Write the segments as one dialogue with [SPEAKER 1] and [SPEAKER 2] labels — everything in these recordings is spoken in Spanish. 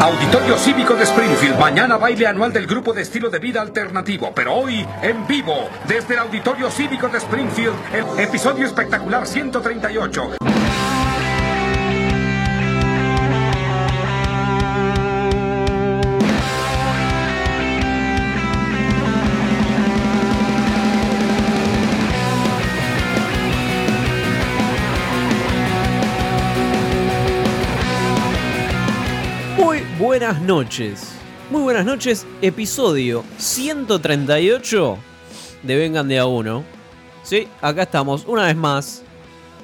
[SPEAKER 1] Auditorio Cívico de Springfield. Mañana baile anual del grupo de estilo de vida alternativo. Pero hoy, en vivo, desde el Auditorio Cívico de Springfield, el episodio espectacular 138.
[SPEAKER 2] Muy buenas noches. Muy buenas noches, episodio 138 de Vengan de a uno. Sí, acá estamos, una vez más,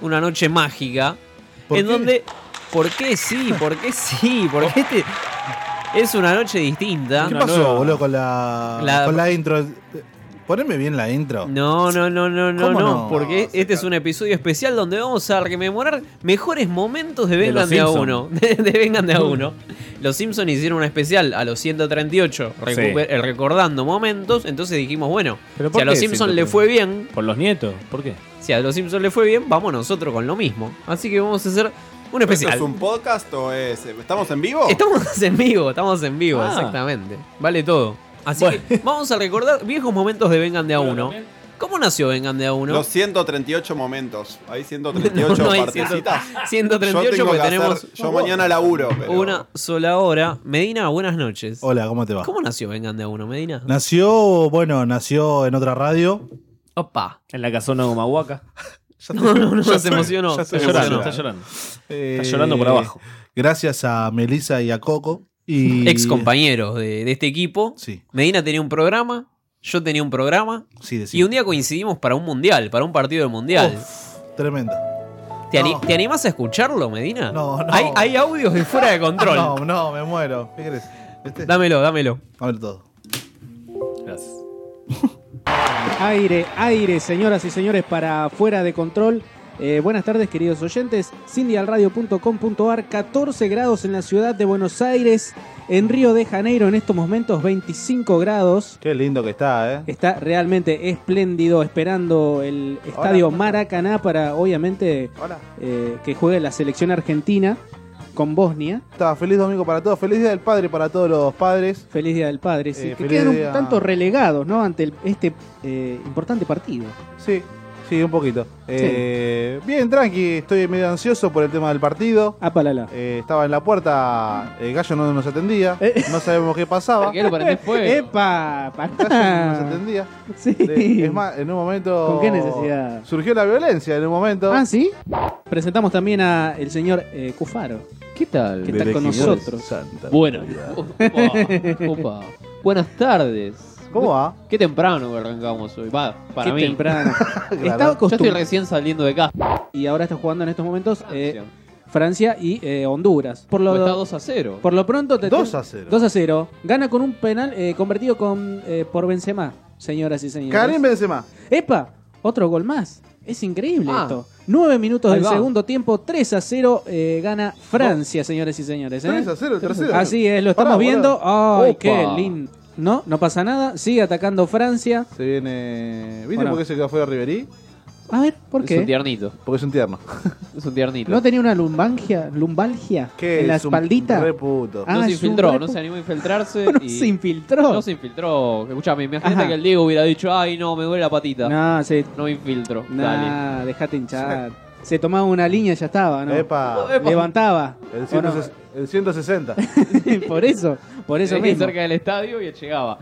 [SPEAKER 2] una noche mágica.
[SPEAKER 3] ¿Por
[SPEAKER 2] en
[SPEAKER 3] qué?
[SPEAKER 2] donde. ¿Por qué sí? ¿Por qué sí? ¿Por qué este- Es una noche distinta.
[SPEAKER 3] ¿Qué
[SPEAKER 4] Una
[SPEAKER 3] pasó,
[SPEAKER 4] nueva.
[SPEAKER 3] boludo, con la,
[SPEAKER 2] La-
[SPEAKER 3] con la intro? Poneme bien la intro.
[SPEAKER 2] No, no, no, no, no,
[SPEAKER 3] ¿Cómo
[SPEAKER 2] no,
[SPEAKER 3] no?
[SPEAKER 2] porque
[SPEAKER 3] No, se
[SPEAKER 2] este es
[SPEAKER 3] cae.
[SPEAKER 2] un episodio especial donde vamos a rememorar mejores momentos de Vengan
[SPEAKER 4] los
[SPEAKER 2] de, a
[SPEAKER 4] Simpson.
[SPEAKER 2] uno. De, de Vengan de a uno. Los Simpsons hicieron una especial a los 138, recuper- eh, recordando momentos. Entonces dijimos, bueno,
[SPEAKER 4] ¿Pero
[SPEAKER 2] si
[SPEAKER 4] por
[SPEAKER 2] a los
[SPEAKER 4] qué
[SPEAKER 2] Simpsons le fue bien,
[SPEAKER 4] Por los nietos, ¿por qué?
[SPEAKER 2] si a los Simpsons le fue bien, vamos nosotros con lo mismo. Así que vamos a hacer un especial.
[SPEAKER 5] ¿Es un podcast o es.? eh, ¿Estamos en vivo?
[SPEAKER 2] pues, Estamos en vivo, estamos en vivo,
[SPEAKER 4] Ah.
[SPEAKER 2] exactamente. Vale todo. Así
[SPEAKER 4] Bueno.
[SPEAKER 2] que vamos a recordar viejos momentos de Vengan de a uno. ¿Cómo nació Vengan de a uno?
[SPEAKER 5] Los 138 momentos. Hay 138
[SPEAKER 2] No, no hay
[SPEAKER 5] partecitas.
[SPEAKER 2] 138
[SPEAKER 5] yo tengo
[SPEAKER 2] porque
[SPEAKER 5] que
[SPEAKER 2] tenemos Oh,
[SPEAKER 5] hacer- yo mañana laburo. pero-
[SPEAKER 2] Una sola hora. Medina, buenas noches.
[SPEAKER 3] Hola, ¿cómo te va?
[SPEAKER 2] ¿Cómo nació Vengan de a uno, Medina?
[SPEAKER 3] Nació, bueno, nació en otra radio.
[SPEAKER 2] Opa.
[SPEAKER 4] En la casona de Humahuaca.
[SPEAKER 2] No, no, no, se emocionó.
[SPEAKER 3] ya
[SPEAKER 2] Se
[SPEAKER 3] estoy
[SPEAKER 4] Está llorando, está
[SPEAKER 2] emocionó.
[SPEAKER 4] llorando.
[SPEAKER 3] Eh,
[SPEAKER 4] Está llorando por abajo.
[SPEAKER 3] Gracias a Melissa y a Coco. Y...
[SPEAKER 2] Ex compañeros de, de este equipo.
[SPEAKER 3] Sí,
[SPEAKER 2] Medina tenía un programa. Yo tenía un programa.
[SPEAKER 3] sí, decí.
[SPEAKER 2] Y un día coincidimos para un mundial, para un partido del mundial.
[SPEAKER 3] Uf, tremendo.
[SPEAKER 2] ¿Te, ani-
[SPEAKER 3] no.
[SPEAKER 2] te animás a escucharlo, Medina?
[SPEAKER 3] No, no.
[SPEAKER 2] Hay, hay audios de fuera de control.
[SPEAKER 3] No, no, me muero. ¿Qué querés? ¿Este?
[SPEAKER 2] Dámelo, dámelo.
[SPEAKER 3] A ver todo.
[SPEAKER 4] Gracias.
[SPEAKER 6] Aire, aire, señoras y señores, para Fuera de Control. Eh, buenas tardes, queridos oyentes. Sindialradio.com.ar, 14 grados en la ciudad de Buenos Aires. En Río de Janeiro, en estos momentos, 25 grados.
[SPEAKER 3] Qué lindo que está, ¿eh?
[SPEAKER 6] Está realmente espléndido, esperando el estadio Maracaná para, obviamente,
[SPEAKER 3] Hola.
[SPEAKER 6] eh, que juegue la selección argentina con Bosnia.
[SPEAKER 3] Está, feliz domingo para todos. Feliz día del padre para todos los padres.
[SPEAKER 6] Feliz Día del Padre. sí,
[SPEAKER 3] Eh,
[SPEAKER 6] que
[SPEAKER 3] feliz
[SPEAKER 6] quedan
[SPEAKER 3] día.
[SPEAKER 6] un tanto relegados, ¿no? Ante el- este eh, importante partido.
[SPEAKER 3] Sí, sí, un poquito. Eh, Bien, tranqui. Estoy medio ansioso por el tema del partido.
[SPEAKER 6] Apalala.
[SPEAKER 3] Eh, estaba en la puerta, el gallo no nos atendía,
[SPEAKER 6] Eh.
[SPEAKER 3] no sabemos qué pasaba. El
[SPEAKER 6] ¡Epa!
[SPEAKER 3] gallo no nos
[SPEAKER 6] pará.
[SPEAKER 3] atendía.
[SPEAKER 6] Sí.
[SPEAKER 3] De- es más, en un momento.
[SPEAKER 6] ¿Con qué necesidad?
[SPEAKER 3] Surgió la violencia en un momento.
[SPEAKER 6] Ah, ¿sí? Presentamos también a el señor eh, Cufaro,
[SPEAKER 7] ¿Qué tal?
[SPEAKER 6] que está con nosotros.
[SPEAKER 7] Bueno. Opa. Opa. Buenas tardes.
[SPEAKER 3] ¿Cómo va?
[SPEAKER 7] Qué temprano que arrancamos hoy. Va, para
[SPEAKER 6] Qué
[SPEAKER 7] mí.
[SPEAKER 6] temprano.
[SPEAKER 3] Claro.
[SPEAKER 6] Estaba
[SPEAKER 7] Yo estoy
[SPEAKER 6] acostumbrado
[SPEAKER 7] recién saliendo de casa.
[SPEAKER 6] y ahora está jugando en estos momentos eh,
[SPEAKER 7] Lo-
[SPEAKER 6] Francia y eh, Honduras. Por
[SPEAKER 7] Está
[SPEAKER 6] lo,
[SPEAKER 7] 2 a 0.
[SPEAKER 6] por lo pronto te
[SPEAKER 3] 2 a 0.
[SPEAKER 6] 2 a 0. Gana con un penal eh, convertido con eh, por Benzema, señoras y señores.
[SPEAKER 3] Karim Benzema.
[SPEAKER 6] ¡Epa! Otro gol más. Es increíble
[SPEAKER 7] Ah.
[SPEAKER 6] esto. Nueve minutos
[SPEAKER 7] Ahí
[SPEAKER 6] del
[SPEAKER 7] va.
[SPEAKER 6] segundo tiempo, 3 a 0 eh, gana Francia, señores y señores. ¿eh?
[SPEAKER 3] 3 a 0, el tercero.
[SPEAKER 6] Así es, lo
[SPEAKER 3] Pará,
[SPEAKER 6] estamos viendo. ¡Ay,
[SPEAKER 7] Opa.
[SPEAKER 6] qué lindo! No, no pasa nada. Sigue atacando Francia.
[SPEAKER 3] Se viene. ¿Viste
[SPEAKER 6] Bueno.
[SPEAKER 3] por qué se quedó fuera Riverí?
[SPEAKER 6] A ver, ¿por
[SPEAKER 7] Es un
[SPEAKER 6] qué?
[SPEAKER 7] tiernito.
[SPEAKER 3] Porque es un tierno.
[SPEAKER 7] Es un tiernito.
[SPEAKER 6] ¿No tenía una lumbangia, lumbalgia en la
[SPEAKER 3] es un
[SPEAKER 6] espaldita?
[SPEAKER 3] Reputo.
[SPEAKER 6] Ah,
[SPEAKER 7] No se
[SPEAKER 6] es un
[SPEAKER 7] infiltró,
[SPEAKER 6] repu-
[SPEAKER 7] no se animó a infiltrarse.
[SPEAKER 6] No
[SPEAKER 7] y
[SPEAKER 6] se infiltró.
[SPEAKER 7] No se infiltró. Escuchame, imagínate
[SPEAKER 6] Ajá.
[SPEAKER 7] que el Diego hubiera dicho, ay no, me duele la patita. No,
[SPEAKER 6] No, se...
[SPEAKER 7] me infiltro. Dale.
[SPEAKER 6] Nah, dejate hinchar. Se tomaba una línea y ya estaba, ¿no?
[SPEAKER 3] Epa.
[SPEAKER 7] Epa.
[SPEAKER 6] Levantaba.
[SPEAKER 3] El,
[SPEAKER 6] ¿O no?
[SPEAKER 3] 160 el 160.
[SPEAKER 6] por eso, por
[SPEAKER 7] Tenés
[SPEAKER 6] eso
[SPEAKER 7] que ir
[SPEAKER 6] mismo.
[SPEAKER 7] cerca del estadio y llegaba.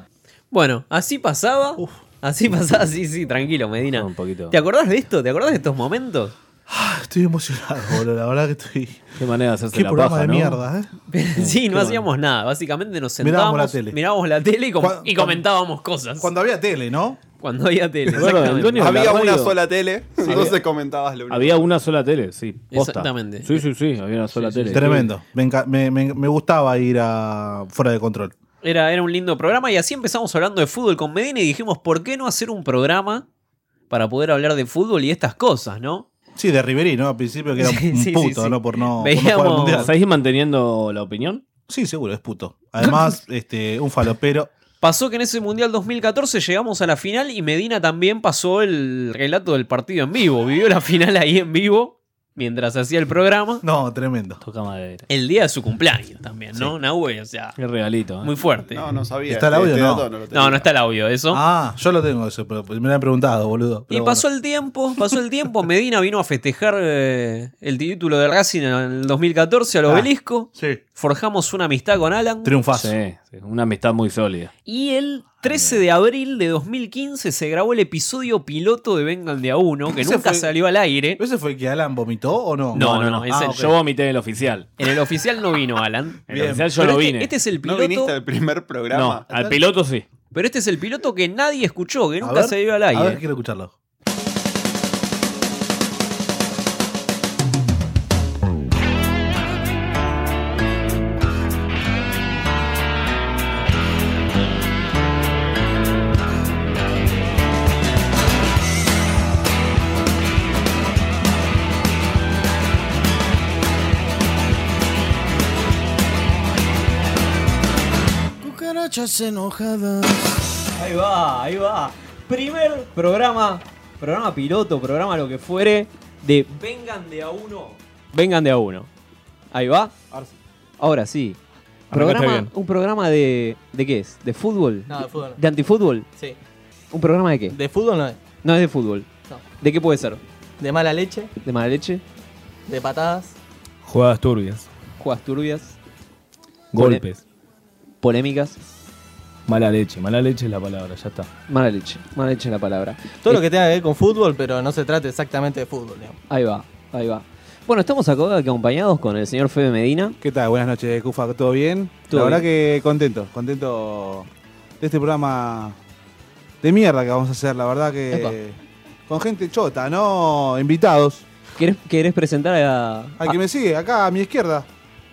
[SPEAKER 2] Bueno, así pasaba. Así pasaba, sí, sí, tranquilo, Medina.
[SPEAKER 4] Un poquito.
[SPEAKER 2] ¿Te acordás de esto? ¿Te acordás de estos momentos?
[SPEAKER 3] Ah, estoy emocionado, boludo. La verdad que estoy.
[SPEAKER 4] Qué manera de hacerse
[SPEAKER 3] Qué
[SPEAKER 4] la
[SPEAKER 3] programa
[SPEAKER 4] paja,
[SPEAKER 3] de
[SPEAKER 4] ¿no?
[SPEAKER 3] mierda, ¿eh?
[SPEAKER 2] sí, no
[SPEAKER 4] qué
[SPEAKER 2] hacíamos nada. Básicamente nos sentábamos,
[SPEAKER 3] Mirábamos la
[SPEAKER 2] mirábamos la
[SPEAKER 3] tele.
[SPEAKER 2] tele, y, com-
[SPEAKER 3] Cuan-
[SPEAKER 2] y comentábamos cosas. Cuando,
[SPEAKER 3] Cuando había tele, ¿no?
[SPEAKER 2] había tele.
[SPEAKER 4] Bueno, el
[SPEAKER 2] exactamente.
[SPEAKER 4] dueño-
[SPEAKER 5] Había
[SPEAKER 4] La radio.
[SPEAKER 5] una sola tele, entonces comentabas lo único.
[SPEAKER 4] Había una sola tele, sí. posta.
[SPEAKER 2] Exactamente.
[SPEAKER 4] Sí, sí, sí, había una sola
[SPEAKER 2] sí,
[SPEAKER 4] tele.
[SPEAKER 2] sí.
[SPEAKER 3] Tremendo. Me, enca- me- me- me gustaba ir a fuera de control.
[SPEAKER 2] Era, era un lindo programa y así empezamos hablando de fútbol con Medina y dijimos, ¿por qué no hacer un programa para poder hablar de fútbol y estas cosas, no?
[SPEAKER 3] Sí, de Riverí, ¿no? Al principio que era
[SPEAKER 2] Sí,
[SPEAKER 3] un
[SPEAKER 2] sí,
[SPEAKER 3] puto,
[SPEAKER 2] sí, sí.
[SPEAKER 3] ¿no? Por no, por no
[SPEAKER 2] Veíamos-
[SPEAKER 3] jugar al mundial.
[SPEAKER 4] ¿Seguís manteniendo la opinión?
[SPEAKER 3] Sí, seguro, es puto. Además, este, un falopero.
[SPEAKER 2] Pasó que en ese Mundial 2014 llegamos a la final y Medina también pasó el relato del partido en vivo. Vivió la final ahí en vivo mientras hacía el programa.
[SPEAKER 6] No, tremendo.
[SPEAKER 8] Toca madera.
[SPEAKER 2] El día de su cumpleaños también, ¿no? Nahue, o sea,
[SPEAKER 8] Qué regalito. ¿eh?
[SPEAKER 2] muy fuerte.
[SPEAKER 9] No, no sabía.
[SPEAKER 6] ¿Está el audio
[SPEAKER 9] Este
[SPEAKER 6] o no?
[SPEAKER 9] dato lo tenía.
[SPEAKER 2] No, no está el audio, eso.
[SPEAKER 6] Ah, yo lo tengo eso, pero me lo han preguntado, boludo.
[SPEAKER 2] y pasó el tiempo, pasó el tiempo. Medina vino a festejar eh, el título de Racing en el 2014 al
[SPEAKER 6] Ah.
[SPEAKER 2] obelisco.
[SPEAKER 6] Sí.
[SPEAKER 2] Forjamos una amistad con Alan.
[SPEAKER 6] Triunfazo.
[SPEAKER 8] Sí, sí, una amistad muy sólida.
[SPEAKER 2] Y el 13 de abril de 2015 se grabó el episodio piloto de Vengan de a uno, que
[SPEAKER 6] Ese
[SPEAKER 2] nunca
[SPEAKER 6] fue-
[SPEAKER 2] salió al aire.
[SPEAKER 6] ¿Ese fue que Alan vomitó o no?
[SPEAKER 2] No, no, no,
[SPEAKER 8] Ah,
[SPEAKER 2] es el-
[SPEAKER 8] ok. Yo vomité en el oficial.
[SPEAKER 2] En el oficial no vino Alan.
[SPEAKER 8] En
[SPEAKER 6] Bien.
[SPEAKER 8] el oficial yo
[SPEAKER 2] Pero
[SPEAKER 8] no
[SPEAKER 2] este-
[SPEAKER 8] vine.
[SPEAKER 2] Este es el
[SPEAKER 9] ¿No
[SPEAKER 2] piloto.
[SPEAKER 9] viniste al primer
[SPEAKER 8] no,
[SPEAKER 9] programa?
[SPEAKER 8] al piloto sí.
[SPEAKER 2] Pero este es el piloto que nadie escuchó, que
[SPEAKER 6] A
[SPEAKER 2] nunca
[SPEAKER 6] ver,
[SPEAKER 2] se dio al
[SPEAKER 6] A ver,
[SPEAKER 2] aire.
[SPEAKER 6] quiero escucharlo.
[SPEAKER 10] Cucarachas enojadas.
[SPEAKER 11] Ahí va, ahí va. Primer programa, programa piloto, programa lo que fuere, de Vengan de a uno. Vengan de a uno. Ahí va. Ahora sí.
[SPEAKER 8] Arrancaste
[SPEAKER 11] Programa-
[SPEAKER 8] bien.
[SPEAKER 11] un programa de. ¿De qué es? ¿De fútbol?
[SPEAKER 10] No, de fútbol no.
[SPEAKER 11] ¿De antifútbol?
[SPEAKER 10] Sí.
[SPEAKER 11] ¿Un programa de qué?
[SPEAKER 10] De fútbol no es.
[SPEAKER 11] No es de fútbol.
[SPEAKER 10] No.
[SPEAKER 11] ¿De qué puede ser?
[SPEAKER 10] De mala leche,
[SPEAKER 11] ¿De mala leche?
[SPEAKER 10] de patadas.
[SPEAKER 8] Jugadas turbias.
[SPEAKER 11] ¿Juegas turbias?
[SPEAKER 8] Golpes.
[SPEAKER 11] ¿Polémicas?
[SPEAKER 8] Mala leche. Mala leche es la palabra, ya está.
[SPEAKER 11] Mala leche. Mala leche es la palabra.
[SPEAKER 10] Todo lo que tenga que ver con fútbol, pero no se trata exactamente de fútbol, digamos.
[SPEAKER 11] Ahí va, ahí va. Bueno, estamos acá acompañados con el señor Febe Medina.
[SPEAKER 3] ¿Qué tal? Buenas noches, Cufa. ¿Todo bien?
[SPEAKER 11] Todo
[SPEAKER 3] la verdad
[SPEAKER 11] bien.
[SPEAKER 3] que contento, contento de este programa de mierda que vamos a hacer. La verdad que con gente chota, ¿no? Invitados.
[SPEAKER 11] ¿Querés, querés presentar a...
[SPEAKER 3] Al que me sigue, acá a mi izquierda.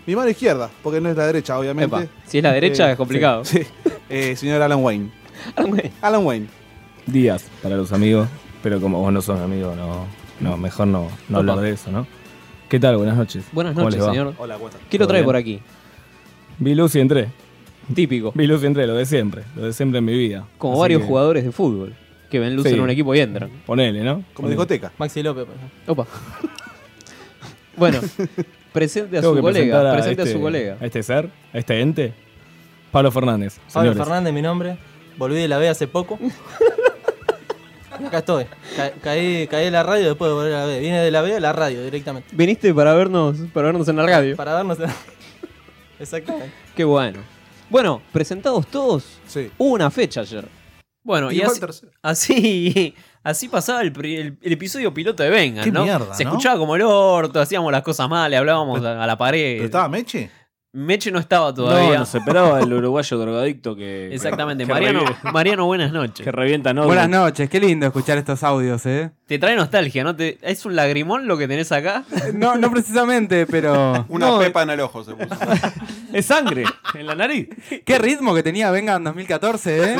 [SPEAKER 3] Mi mano izquierda, porque no es la derecha,
[SPEAKER 11] a-
[SPEAKER 3] obviamente.
[SPEAKER 11] Epa, si es la derecha
[SPEAKER 3] Eh,
[SPEAKER 11] es complicado.
[SPEAKER 3] Sí, sí. Eh, señor Alan Wayne. Alan Wayne.
[SPEAKER 4] días para los amigos, pero como vos no sos mi amigo, no, no
[SPEAKER 11] Mm.
[SPEAKER 4] mejor no, no hablar de eso, ¿no? ¿Qué tal? Buenas noches.
[SPEAKER 11] Buenas
[SPEAKER 4] ¿Cómo
[SPEAKER 11] noches,
[SPEAKER 4] les va?
[SPEAKER 11] señor.
[SPEAKER 3] Hola, ¿cómo estás?
[SPEAKER 11] ¿Qué lo
[SPEAKER 4] ¿Todo
[SPEAKER 11] trae
[SPEAKER 4] bien?
[SPEAKER 11] por aquí?
[SPEAKER 4] Vi luz y entré.
[SPEAKER 11] Típico.
[SPEAKER 4] Vi luz y entré, lo de siempre, lo de siempre en mi vida.
[SPEAKER 11] Como
[SPEAKER 4] Así
[SPEAKER 11] varios
[SPEAKER 4] que,
[SPEAKER 11] jugadores de fútbol que ven luz
[SPEAKER 4] Sí.
[SPEAKER 11] en un equipo y entran.
[SPEAKER 4] Ponele, ¿no?
[SPEAKER 3] Como
[SPEAKER 4] Ponele.
[SPEAKER 3] discoteca.
[SPEAKER 10] Maxi López, por ejemplo.
[SPEAKER 11] Opa. bueno, presente a
[SPEAKER 4] Tengo
[SPEAKER 11] su
[SPEAKER 4] que
[SPEAKER 11] colega.
[SPEAKER 4] presentar
[SPEAKER 11] Presente a
[SPEAKER 4] este-
[SPEAKER 11] su colega.
[SPEAKER 4] A este ser, a este ente. Pablo Fernández.
[SPEAKER 10] Pablo
[SPEAKER 4] señores.
[SPEAKER 10] Fernández, mi nombre. Volví de la B hace poco. Y acá estoy. Ca- caí, caí de la radio después de volver a la B. Vine de la B a la radio directamente.
[SPEAKER 11] Viniste para vernos, para vernos en la radio.
[SPEAKER 10] Para darnos. Exactamente.
[SPEAKER 11] Qué bueno. Bueno, presentados todos,
[SPEAKER 3] Sí.
[SPEAKER 11] hubo una fecha ayer.
[SPEAKER 2] Bueno, y
[SPEAKER 6] Igual
[SPEAKER 2] así,
[SPEAKER 6] tercero.
[SPEAKER 2] así, así pasaba el, pri- el- el episodio piloto de Vengan,
[SPEAKER 6] Qué
[SPEAKER 2] ¿no?
[SPEAKER 6] mierda,
[SPEAKER 2] Se
[SPEAKER 6] ¿no?
[SPEAKER 2] escuchaba como el orto, hacíamos las cosas mal, le hablábamos a, a la pared.
[SPEAKER 6] ¿Pero estaba Meche?
[SPEAKER 2] Meche no estaba todavía.
[SPEAKER 8] No, nos esperaba el uruguayo drogadicto que.
[SPEAKER 2] Exactamente.
[SPEAKER 8] que
[SPEAKER 2] Mariano,
[SPEAKER 8] revive-
[SPEAKER 2] Mariano, buenas noches.
[SPEAKER 8] Que revienta no.
[SPEAKER 5] Buenas noches, qué lindo escuchar estos audios, ¿eh?
[SPEAKER 2] Te trae nostalgia, ¿no? Te- ¿Es un lagrimón lo que tenés acá?
[SPEAKER 5] No, no precisamente, pero...
[SPEAKER 9] Una
[SPEAKER 5] No,
[SPEAKER 9] pepa en el ojo se puso.
[SPEAKER 8] Es sangre en la nariz.
[SPEAKER 5] Qué ritmo que tenía Venga en 2014, ¿eh?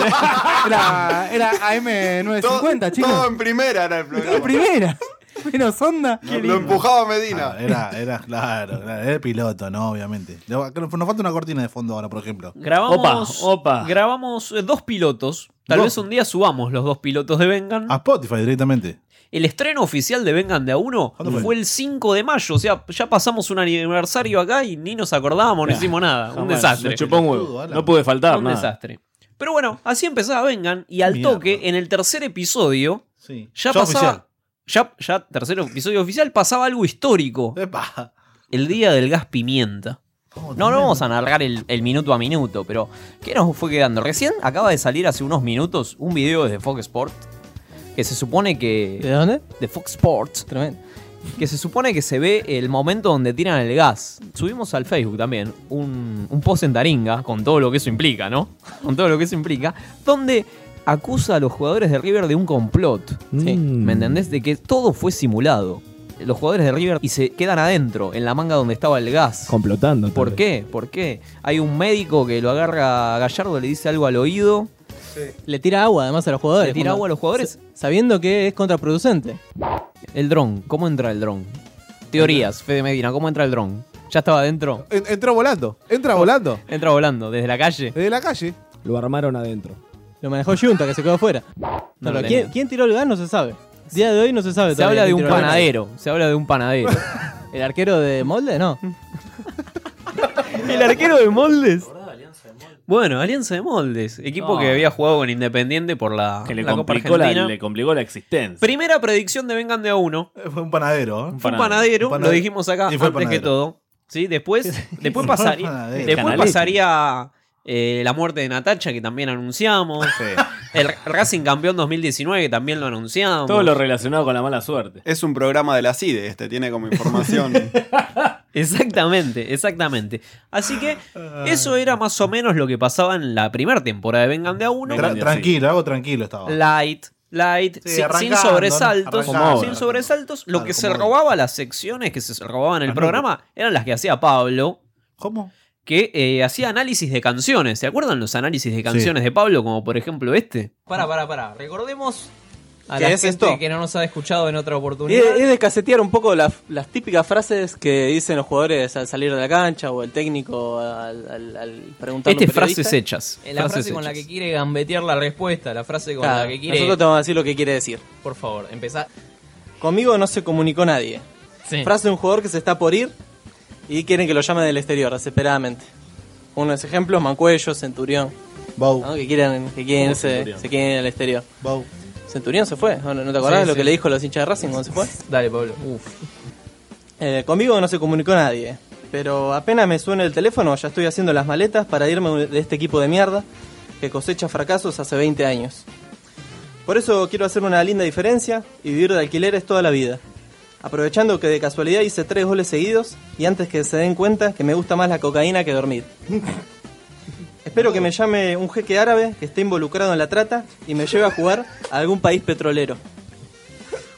[SPEAKER 5] Era, era AM950,
[SPEAKER 9] Todo
[SPEAKER 5] chicos.
[SPEAKER 9] en primera era el
[SPEAKER 5] La
[SPEAKER 9] programa.
[SPEAKER 5] primera. Menos onda.
[SPEAKER 9] Lo- Lo empujaba Medina.
[SPEAKER 6] Ah, era, era, claro, claro, era el piloto, ¿no? Obviamente. Le- Nos falta una cortina de fondo ahora, por ejemplo.
[SPEAKER 2] Grabamos,
[SPEAKER 8] Opa, opa.
[SPEAKER 2] grabamos eh, dos pilotos. Tal
[SPEAKER 6] Dos.
[SPEAKER 2] vez un día subamos los dos pilotos de Vengan.
[SPEAKER 6] A Spotify directamente.
[SPEAKER 2] El estreno oficial de Vengan de a uno
[SPEAKER 6] ¿Cuándo
[SPEAKER 2] fue?
[SPEAKER 6] fue?
[SPEAKER 2] el 5 de mayo. O sea, ya pasamos un aniversario acá y ni nos acordábamos, no hicimos nada. Un
[SPEAKER 8] Jamás,
[SPEAKER 2] desastre.
[SPEAKER 8] Me chupó un
[SPEAKER 6] Ah, Todo,
[SPEAKER 8] huevo.
[SPEAKER 6] Alan.
[SPEAKER 8] No pude faltar,
[SPEAKER 2] un
[SPEAKER 8] nada.
[SPEAKER 2] desastre. Pero bueno, así empezaba Vengan y al
[SPEAKER 6] Mierda.
[SPEAKER 2] toque, en el tercer episodio,
[SPEAKER 6] Sí.
[SPEAKER 2] ya,
[SPEAKER 6] Yo
[SPEAKER 2] pasaba...
[SPEAKER 6] oficial.
[SPEAKER 2] Ya, ya, tercer episodio oficial, pasaba algo histórico.
[SPEAKER 6] Epa.
[SPEAKER 2] El día del gas pimienta.
[SPEAKER 6] Oh,
[SPEAKER 2] No, no
[SPEAKER 6] tremendo.
[SPEAKER 2] vamos a narrar el, el minuto a minuto, pero ¿qué nos fue quedando? Recién acaba de salir hace unos minutos un video desde Fox Sport que se supone
[SPEAKER 10] ¿De
[SPEAKER 2] que.
[SPEAKER 10] dónde?
[SPEAKER 2] de Fox Sports,
[SPEAKER 10] Tremendo.
[SPEAKER 2] que se supone que se ve el momento donde tiran el gas. Subimos al Facebook también un, un post en Taringa, con todo lo que eso implica, ¿no? Con todo lo que eso implica, donde acusa a los jugadores de River de un complot.
[SPEAKER 10] Sí.
[SPEAKER 2] ¿Me entendés? De que todo fue simulado. Los jugadores de River y se quedan adentro, en la manga donde estaba el gas.
[SPEAKER 4] Complotando. tal
[SPEAKER 2] ¿Por
[SPEAKER 4] vez.
[SPEAKER 2] qué? ¿Por qué? Hay un médico que lo agarra a Gallardo, le dice algo al oído.
[SPEAKER 10] Le tira agua además a los jugadores.
[SPEAKER 2] Le tira
[SPEAKER 10] cuando-
[SPEAKER 2] agua a los jugadores.
[SPEAKER 10] sa- Sabiendo que es contraproducente.
[SPEAKER 2] El dron, ¿cómo entra el dron? Teorías, Fede Medina, ¿cómo entra el dron? ¿Ya estaba adentro? Oh,
[SPEAKER 3] En- entró volando. Entra volando.
[SPEAKER 2] Entra volando, desde la calle.
[SPEAKER 3] Desde la calle.
[SPEAKER 4] Lo armaron adentro.
[SPEAKER 10] Lo manejó Junta, que se quedó afuera.
[SPEAKER 2] No lo
[SPEAKER 10] Pero ¿quién,
[SPEAKER 2] tenía.
[SPEAKER 10] quién tiró el gas? No se sabe.
[SPEAKER 9] Día de hoy no se sabe.
[SPEAKER 2] Se habla de un panadero. Se habla de un panadero.
[SPEAKER 9] ¿El arquero de molde? No.
[SPEAKER 2] El arquero de moldes. Bueno, Alianza de Moldes, equipo
[SPEAKER 3] Ah.
[SPEAKER 12] No.
[SPEAKER 2] que había jugado con Independiente por la,
[SPEAKER 12] Que le
[SPEAKER 2] la Copa
[SPEAKER 12] complicó la,
[SPEAKER 2] Argentina.
[SPEAKER 12] le complicó la existencia.
[SPEAKER 2] Primera predicción de Vengan de a uno.
[SPEAKER 3] Eh, Fue un panadero.
[SPEAKER 2] Fue un panadero, lo dijimos acá
[SPEAKER 3] Y
[SPEAKER 2] antes
[SPEAKER 3] fue
[SPEAKER 2] que
[SPEAKER 3] panadero.
[SPEAKER 2] todo. ¿Sí? Después, después
[SPEAKER 3] Fue
[SPEAKER 2] pasaría,
[SPEAKER 3] panadero.
[SPEAKER 2] después
[SPEAKER 3] Canalete.
[SPEAKER 2] pasaría eh, la muerte de Natacha, que también anunciamos. El Racing campeón 2019, que también lo anunciamos.
[SPEAKER 5] Todo lo
[SPEAKER 12] relacionado con la mala suerte.
[SPEAKER 5] Es un programa de la CIDE, este tiene como información.
[SPEAKER 2] Exactamente, exactamente. Así que
[SPEAKER 3] Ah.
[SPEAKER 2] eso era más o menos lo que pasaba en la primera temporada de Vengan de a uno.
[SPEAKER 3] Tra- tranquilo, algo tranquilo estaba.
[SPEAKER 2] Light, light,
[SPEAKER 3] Sí,
[SPEAKER 2] sin- sin,
[SPEAKER 3] arrancando,
[SPEAKER 2] sobresaltos.
[SPEAKER 3] arrancando.
[SPEAKER 2] sin sobresaltos. Lo
[SPEAKER 3] Claro,
[SPEAKER 2] que se
[SPEAKER 3] como-
[SPEAKER 2] robaba las secciones que se robaban en el
[SPEAKER 3] Las
[SPEAKER 2] programa eran las que hacía Pablo.
[SPEAKER 3] ¿Cómo?
[SPEAKER 2] Que eh, hacía análisis de canciones. ¿Se acuerdan los análisis de canciones de Pablo? Como por ejemplo este.
[SPEAKER 9] Para, para, para. Recordemos a
[SPEAKER 10] Ah,
[SPEAKER 2] ¿Qué
[SPEAKER 9] la
[SPEAKER 2] es
[SPEAKER 9] gente
[SPEAKER 2] esto?
[SPEAKER 9] que no nos ha escuchado en
[SPEAKER 10] Es,
[SPEAKER 9] otra
[SPEAKER 2] Eh,
[SPEAKER 9] oportunidad.
[SPEAKER 10] es de casetear un poco las, las típicas frases que dicen los jugadores al salir de la cancha o el técnico al, al, al preguntarle. a un
[SPEAKER 2] Este, frases
[SPEAKER 10] periodista.
[SPEAKER 2] hechas.
[SPEAKER 9] Eh, la frase con la que quiere gambetear la respuesta, la frase con
[SPEAKER 10] Claro,
[SPEAKER 9] la que quiere.
[SPEAKER 10] Nosotros te vamos a decir lo que quiere decir.
[SPEAKER 9] Por favor, empezá.
[SPEAKER 10] Conmigo no se comunicó nadie.
[SPEAKER 9] Sí.
[SPEAKER 10] Frase de un jugador que se está por ir y quieren que lo llamen del exterior, desesperadamente. Uno de los ejemplos, Mancuello, Centurión. ¿no? Que quieren, que quieren
[SPEAKER 9] ¿Cómo
[SPEAKER 10] se,
[SPEAKER 9] Centurión?
[SPEAKER 10] se quieren ir al exterior.
[SPEAKER 3] Bau.
[SPEAKER 10] Centurión se fue, ¿no, no te acordás
[SPEAKER 9] Sí,
[SPEAKER 10] de lo
[SPEAKER 9] sí.
[SPEAKER 10] que le dijo a los hinchas de Racing cuando se fue?
[SPEAKER 9] Dale, Pablo.
[SPEAKER 10] Eh, conmigo no se comunicó nadie, pero apenas me suena el teléfono ya estoy haciendo las maletas para irme de este equipo de mierda que cosecha fracasos hace 20 años. Por eso quiero hacer una linda diferencia y vivir de alquileres toda la vida. Aprovechando que de casualidad hice tres goles seguidos y antes que se den cuenta que me gusta más la cocaína que dormir. Espero que me llame un jeque árabe que esté involucrado en la trata y me lleve a jugar a algún país petrolero.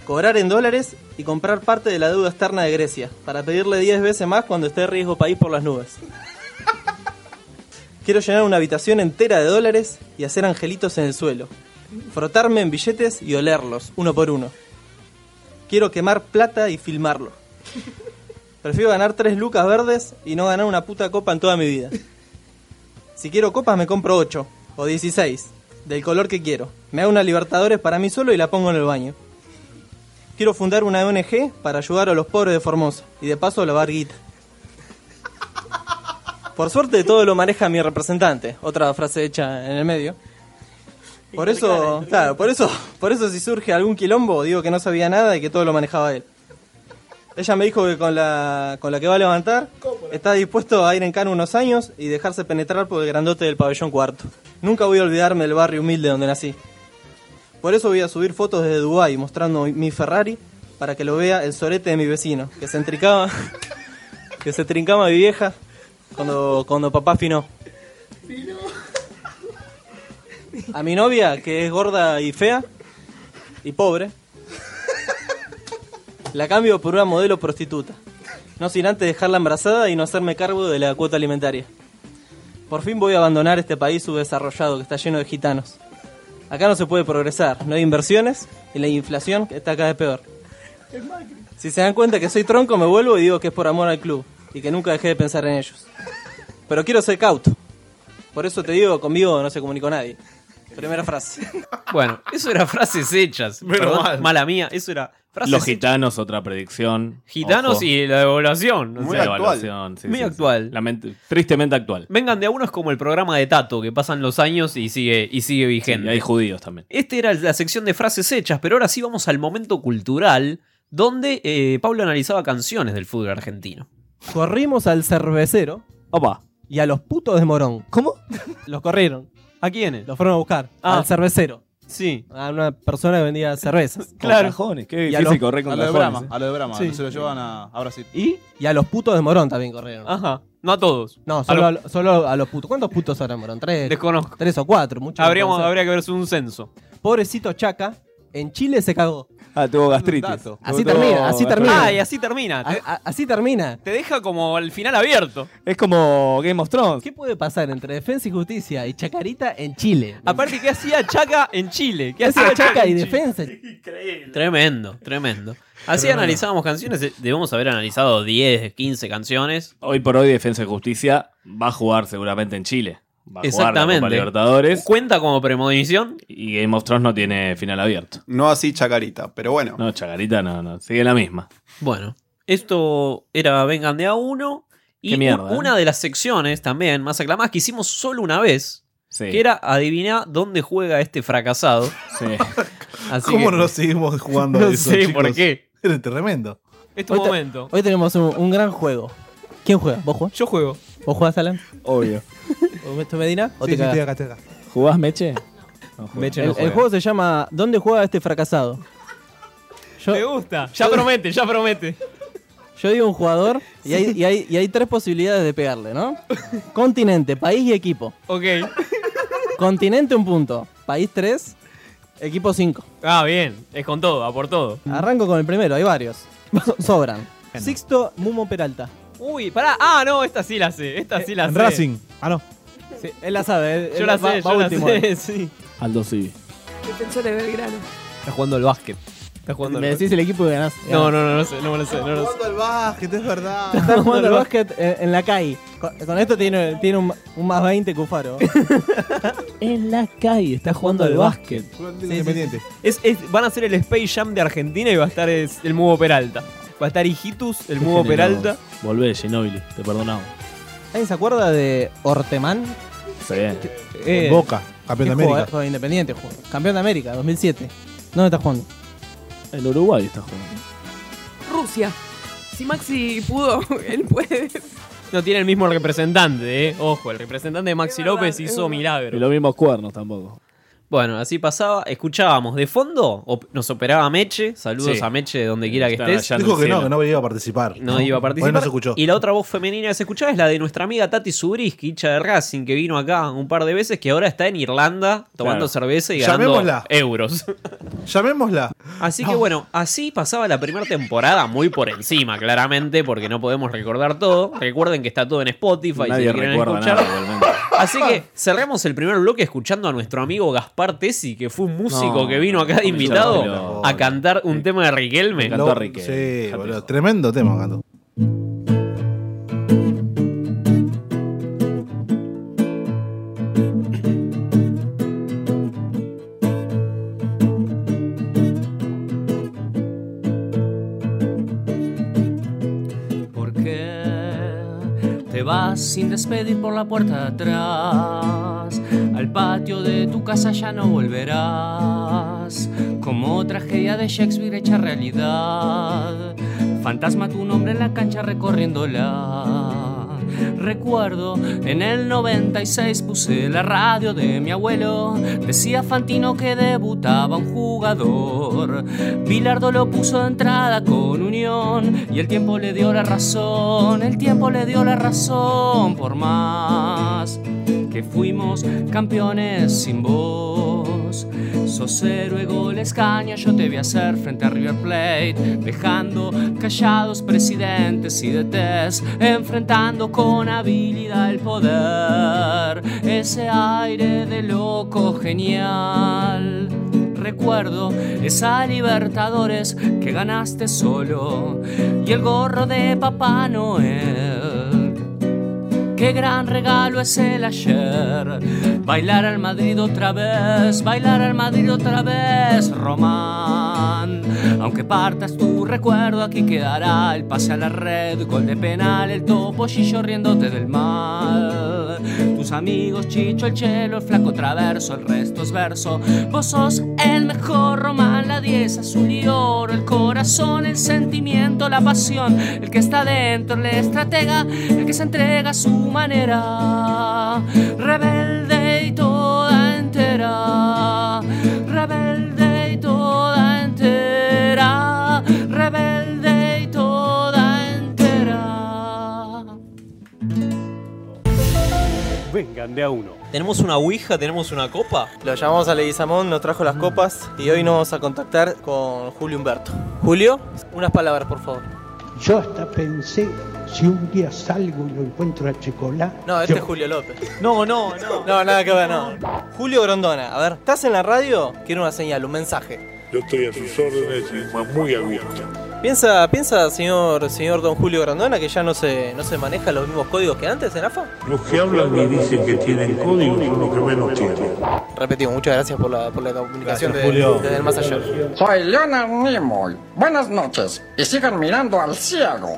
[SPEAKER 10] Cobrar en dólares y comprar parte de la deuda externa de Grecia para pedirle 10 veces más cuando esté riesgo país por las nubes. Quiero llenar una habitación entera de dólares y hacer angelitos en el suelo. Frotarme en billetes y olerlos, uno por uno. Quiero quemar plata y filmarlo. Prefiero ganar tres lucas verdes y no ganar una puta copa en toda mi vida. Si quiero copas me compro 8 o 16, del color que quiero. Me hago una Libertadores para mí solo y la pongo en el baño. Quiero fundar una ONG para ayudar a los pobres de Formosa y de paso lavar guita. Por suerte todo lo maneja mi representante, otra frase hecha en el medio. Por eso, claro, por eso, por eso si surge algún quilombo, digo que no sabía nada y que todo lo manejaba él. Ella me dijo que con la, con la que va a levantar está dispuesto a ir en cana unos años y dejarse penetrar por el grandote del pabellón cuarto. Nunca voy a olvidarme del barrio humilde donde nací. Por eso voy a subir fotos desde Dubái mostrando mi- mi Ferrari para que lo vea el sorete de mi vecino, que se entricaba, que se trincaba mi vieja cuando, cuando papá finó. A mi novia, que es gorda y fea y pobre, la cambio por una modelo prostituta. No sin antes dejarla embarazada y no hacerme cargo de la cuota alimentaria. Por fin voy a abandonar este país subdesarrollado que está lleno de gitanos. Acá no se puede progresar, no hay inversiones y la inflación está cada vez peor. Si se dan cuenta que soy tronco, me vuelvo y digo que es por amor al club y que nunca dejé de pensar en ellos. Pero quiero ser cauto. Por eso te digo, conmigo no se comunicó nadie. Primera frase.
[SPEAKER 2] Bueno, eso era frases hechas.
[SPEAKER 10] Menos
[SPEAKER 2] Perdón,
[SPEAKER 10] mal.
[SPEAKER 2] Mala mía, eso era frases
[SPEAKER 12] Los
[SPEAKER 2] hechas.
[SPEAKER 12] gitanos, otra predicción.
[SPEAKER 2] Gitanos
[SPEAKER 12] Ojo.
[SPEAKER 2] y la devaluación. o
[SPEAKER 12] Muy
[SPEAKER 2] sea,
[SPEAKER 12] actual. Devaluación, sí,
[SPEAKER 2] Muy
[SPEAKER 12] sí, sí.
[SPEAKER 2] actual.
[SPEAKER 12] Lament- tristemente actual.
[SPEAKER 2] Vengan de a uno es como el programa de Tato, que pasan los años y sigue, y sigue vigente.
[SPEAKER 12] Y hay judíos también.
[SPEAKER 2] Este era la sección de frases hechas, pero ahora sí vamos al momento cultural, donde eh, Pablo analizaba canciones del fútbol argentino.
[SPEAKER 9] Corrimos al cervecero.
[SPEAKER 12] Opa.
[SPEAKER 9] Y a los putos de Morón. ¿Cómo? Los corrieron.
[SPEAKER 2] ¿A quiénes?
[SPEAKER 9] Los fueron a buscar.
[SPEAKER 12] Ah.
[SPEAKER 9] Al cervecero.
[SPEAKER 2] Sí.
[SPEAKER 9] A una persona que vendía cervezas.
[SPEAKER 12] Claro. cajones, qué
[SPEAKER 9] Y a
[SPEAKER 12] difícil
[SPEAKER 9] los-
[SPEAKER 12] correr con
[SPEAKER 9] a lo de
[SPEAKER 12] cajones,
[SPEAKER 9] Brahma,
[SPEAKER 12] eh.
[SPEAKER 9] a lo de Brahma,
[SPEAKER 12] Sí.
[SPEAKER 9] se lo
[SPEAKER 3] llevaban a, a Brasil.
[SPEAKER 9] ¿Y? Y a los putos de Morón también corrieron.
[SPEAKER 2] Ajá. No a todos.
[SPEAKER 9] No, solo
[SPEAKER 2] A
[SPEAKER 9] a,
[SPEAKER 2] lo-
[SPEAKER 9] lo- solo a los putos. ¿Cuántos putos habrá en Morón? Tres.
[SPEAKER 2] Desconozco.
[SPEAKER 9] Tres o cuatro. Muchos.
[SPEAKER 2] Habríamos,
[SPEAKER 9] no pueden
[SPEAKER 2] habría que verse un censo.
[SPEAKER 9] ser. Pobrecito Chaca. En Chile se cagó.
[SPEAKER 12] Ah, tuvo gastritis.
[SPEAKER 9] Así termina, así termina.
[SPEAKER 2] Ah, y así termina. Te,
[SPEAKER 9] así termina.
[SPEAKER 2] te deja como el final abierto.
[SPEAKER 12] Es como Game of Thrones.
[SPEAKER 9] ¿Qué puede pasar entre Defensa y Justicia y Chacarita en Chile?
[SPEAKER 2] Aparte, ¿qué hacía Chaca en Chile? ¿Qué
[SPEAKER 9] ¿Qué hace
[SPEAKER 2] hacía
[SPEAKER 9] Chaca y
[SPEAKER 2] en Chile?
[SPEAKER 9] Defensa?
[SPEAKER 2] Tremendo, tremendo. Así
[SPEAKER 9] Tremendo.
[SPEAKER 2] analizábamos canciones, eh, debemos haber analizado 10, 15 canciones.
[SPEAKER 12] Hoy por hoy Defensa y Justicia va a jugar seguramente en Chile.
[SPEAKER 4] va a
[SPEAKER 2] Exactamente.
[SPEAKER 4] jugar la Copa Libertadores.
[SPEAKER 2] ¿Cuenta como premonición?
[SPEAKER 4] Y Game of Thrones no tiene final abierto.
[SPEAKER 13] No así Chacarita, pero bueno.
[SPEAKER 4] No, Chacarita no, no. Sigue la misma.
[SPEAKER 2] Bueno, esto era Vengan de a uno. Y
[SPEAKER 4] Qué mierda,
[SPEAKER 2] un-
[SPEAKER 4] ¿eh?
[SPEAKER 2] una de las secciones también más aclamadas que hicimos solo una vez,
[SPEAKER 4] Sí.
[SPEAKER 2] que era adivina dónde juega este fracasado. Así
[SPEAKER 3] ¿Cómo
[SPEAKER 2] que-
[SPEAKER 3] no lo seguimos jugando?
[SPEAKER 2] No
[SPEAKER 3] eso,
[SPEAKER 2] sé
[SPEAKER 3] chicos?
[SPEAKER 2] por qué.
[SPEAKER 3] Era tremendo.
[SPEAKER 2] Es
[SPEAKER 10] Hoy te- Hoy tenemos un, un gran juego. ¿Quién juega? ¿Vos jugás?
[SPEAKER 2] Yo juego.
[SPEAKER 10] ¿Vos jugás, Alan?
[SPEAKER 4] Obvio.
[SPEAKER 10] ¿O Beto Medina? ¿O
[SPEAKER 3] Sí,
[SPEAKER 10] te
[SPEAKER 3] sí,
[SPEAKER 10] cagás?
[SPEAKER 3] estoy acá, estoy acá.
[SPEAKER 4] ¿Jugás Meche? No juega.
[SPEAKER 10] el, el juego se llama ¿Dónde juega este fracasado?
[SPEAKER 14] Me gusta. Ya promete, ya promete.
[SPEAKER 10] Yo digo un jugador y hay, y hay- y hay tres posibilidades de pegarle, ¿no? Continente, país y equipo.
[SPEAKER 14] Ok.
[SPEAKER 10] Continente un punto, país tres, equipo cinco.
[SPEAKER 14] Ah, bien. Es con todo, a por todo.
[SPEAKER 10] Arranco con el primero, hay varios. So- sobran. Sixto Mumo Peralta.
[SPEAKER 14] Uy, pará. Ah, no, esta sí la sé. Esta sí la sé.
[SPEAKER 10] Ah, no. él la sabe. él-
[SPEAKER 14] Yo la
[SPEAKER 10] Eh, va-
[SPEAKER 14] sé,
[SPEAKER 10] va
[SPEAKER 14] yo la
[SPEAKER 10] último.
[SPEAKER 14] sé, sí.
[SPEAKER 4] Aldo sí.
[SPEAKER 15] Defensor de Belgrano.
[SPEAKER 14] Está jugando al básquet. Está jugando al
[SPEAKER 10] Me
[SPEAKER 14] básquet.
[SPEAKER 10] decís el equipo y ganás.
[SPEAKER 14] No, no, no, no lo sé, no me lo sé, no lo sé.
[SPEAKER 3] Jugando al básquet, es verdad.
[SPEAKER 10] Está jugando al básquet eh, en, la calle. Con, con esto tiene, tiene un, un más 20 Cufaro. en la calle, está jugando
[SPEAKER 14] al básquet.
[SPEAKER 3] Independiente.
[SPEAKER 14] Es, es- van a hacer el Space Jam de Argentina y va a estar es- el Mugo Peralta. Va a estar Hijitus, el Mugo Peralta.
[SPEAKER 4] Volvé, Ginobili. Te perdonamos.
[SPEAKER 10] ¿Alguien se acuerda de Ortemán?
[SPEAKER 4] Está bien.
[SPEAKER 10] Eh,
[SPEAKER 3] Boca, campeón de
[SPEAKER 10] ¿qué
[SPEAKER 3] América.
[SPEAKER 10] juega? Juega Independiente, juega. campeón de América, 2007. ¿Dónde está jugando?
[SPEAKER 4] El Uruguay está jugando.
[SPEAKER 15] Rusia. Si Maxi pudo, él puede.
[SPEAKER 14] No tiene el mismo representante, eh. Ojo, el representante de Maxi López hizo milagro.
[SPEAKER 4] Y los mismos cuernos tampoco.
[SPEAKER 2] Bueno, así pasaba. Escuchábamos de fondo, op- nos operaba Meche. Saludos
[SPEAKER 4] Sí.
[SPEAKER 2] a Meche donde quiera que
[SPEAKER 4] Estaba
[SPEAKER 2] estés.
[SPEAKER 4] allá en
[SPEAKER 3] Dijo que no, que no iba a participar.
[SPEAKER 2] No iba a participar.
[SPEAKER 3] Hoy no se escuchó.
[SPEAKER 2] Y la otra voz femenina que se escuchaba es la de nuestra amiga Tati Subriski, hincha de Racing, que vino acá un par de veces, que ahora está en Irlanda
[SPEAKER 4] Claro.
[SPEAKER 2] tomando cerveza y ganando
[SPEAKER 3] Llamémosla.
[SPEAKER 2] euros.
[SPEAKER 3] Llamémosla.
[SPEAKER 2] Así que bueno, así pasaba la primera temporada, muy por encima, claramente, porque no podemos recordar todo. Recuerden que está todo en Spotify, si
[SPEAKER 4] Nadie
[SPEAKER 2] lo quieren
[SPEAKER 4] recuerda
[SPEAKER 2] escuchar.
[SPEAKER 4] nada igualmente.
[SPEAKER 2] Así que cerramos el primer bloque escuchando a nuestro amigo Gaspar Tesi, que fue un músico
[SPEAKER 4] No,
[SPEAKER 2] que vino acá de
[SPEAKER 4] no me llames,
[SPEAKER 2] invitado
[SPEAKER 4] no.
[SPEAKER 2] a cantar un tema de Riquelme.
[SPEAKER 3] Lo- Sí, boludo. Tremendo tema, Gato.
[SPEAKER 16] ¿Por qué te vas sin despedir por la puerta de atrás? Al patio de tu casa ya no volverás. Como tragedia de Shakespeare hecha realidad. Fantasma tu nombre en la cancha recorriéndola. Recuerdo, en el 96 puse la radio de mi abuelo. Decía Fantino que debutaba un jugador. Pilardo lo puso de entrada con unión. Y el tiempo le dio la razón. El tiempo le dio la razón. Por más que fuimos campeones sin vos. Sos héroe, goles, caña, yo te voy a hacer frente a River Plate, dejando callados presidentes y DTs, enfrentando con habilidad el poder, ese aire de loco genial. Recuerdo esa Libertadores que ganaste solo y el gorro de Papá Noel. Qué gran regalo es el ayer. Bailar al Madrid otra vez, bailar al Madrid otra vez, Román. Aunque partas tu recuerdo, aquí quedará el pase a la red, gol de penal, el topo, Gillo riéndote del mal. Tus amigos, Chicho, el Chelo, el flaco traverso, el resto es verso. Vos sos el mejor Román, la 10 azul y oro, el corazón, el sentimiento, la pasión, el que está dentro, el estratega, el que se entrega a su manera, rebelde y toda entera, rebelde y toda entera, rebelde y toda entera.
[SPEAKER 10] Vengan de a uno.
[SPEAKER 2] Tenemos una ouija, tenemos una copa.
[SPEAKER 10] Lo llamamos a Leguizamón, nos trajo las copas y hoy nos vamos a contactar con Julio Humberto. Julio, unas palabras, por favor.
[SPEAKER 17] Yo hasta pensé, si un día salgo y lo encuentro a Chicolá,
[SPEAKER 10] No, este
[SPEAKER 17] yo-
[SPEAKER 10] es Julio López. No, no, no. No, nada que ver, no. Julio Grondona, a ver, ¿estás en la radio? Quiero una señal, un mensaje.
[SPEAKER 11] Yo estoy a sus órdenes y muy abierto.
[SPEAKER 10] ¿Piensa, piensa señor, señor don Julio Grandona, que ya no se, no se maneja los mismos códigos que antes en AFA?
[SPEAKER 18] Los que hablan y dicen que tienen código son los que menos tienen.
[SPEAKER 10] Repetimos, muchas gracias por la, por la comunicación
[SPEAKER 18] Gracias,
[SPEAKER 10] de-
[SPEAKER 18] Julio.
[SPEAKER 10] desde el más allá.
[SPEAKER 19] Soy Leonard Nimoy. Buenas noches. Y sigan mirando al cielo.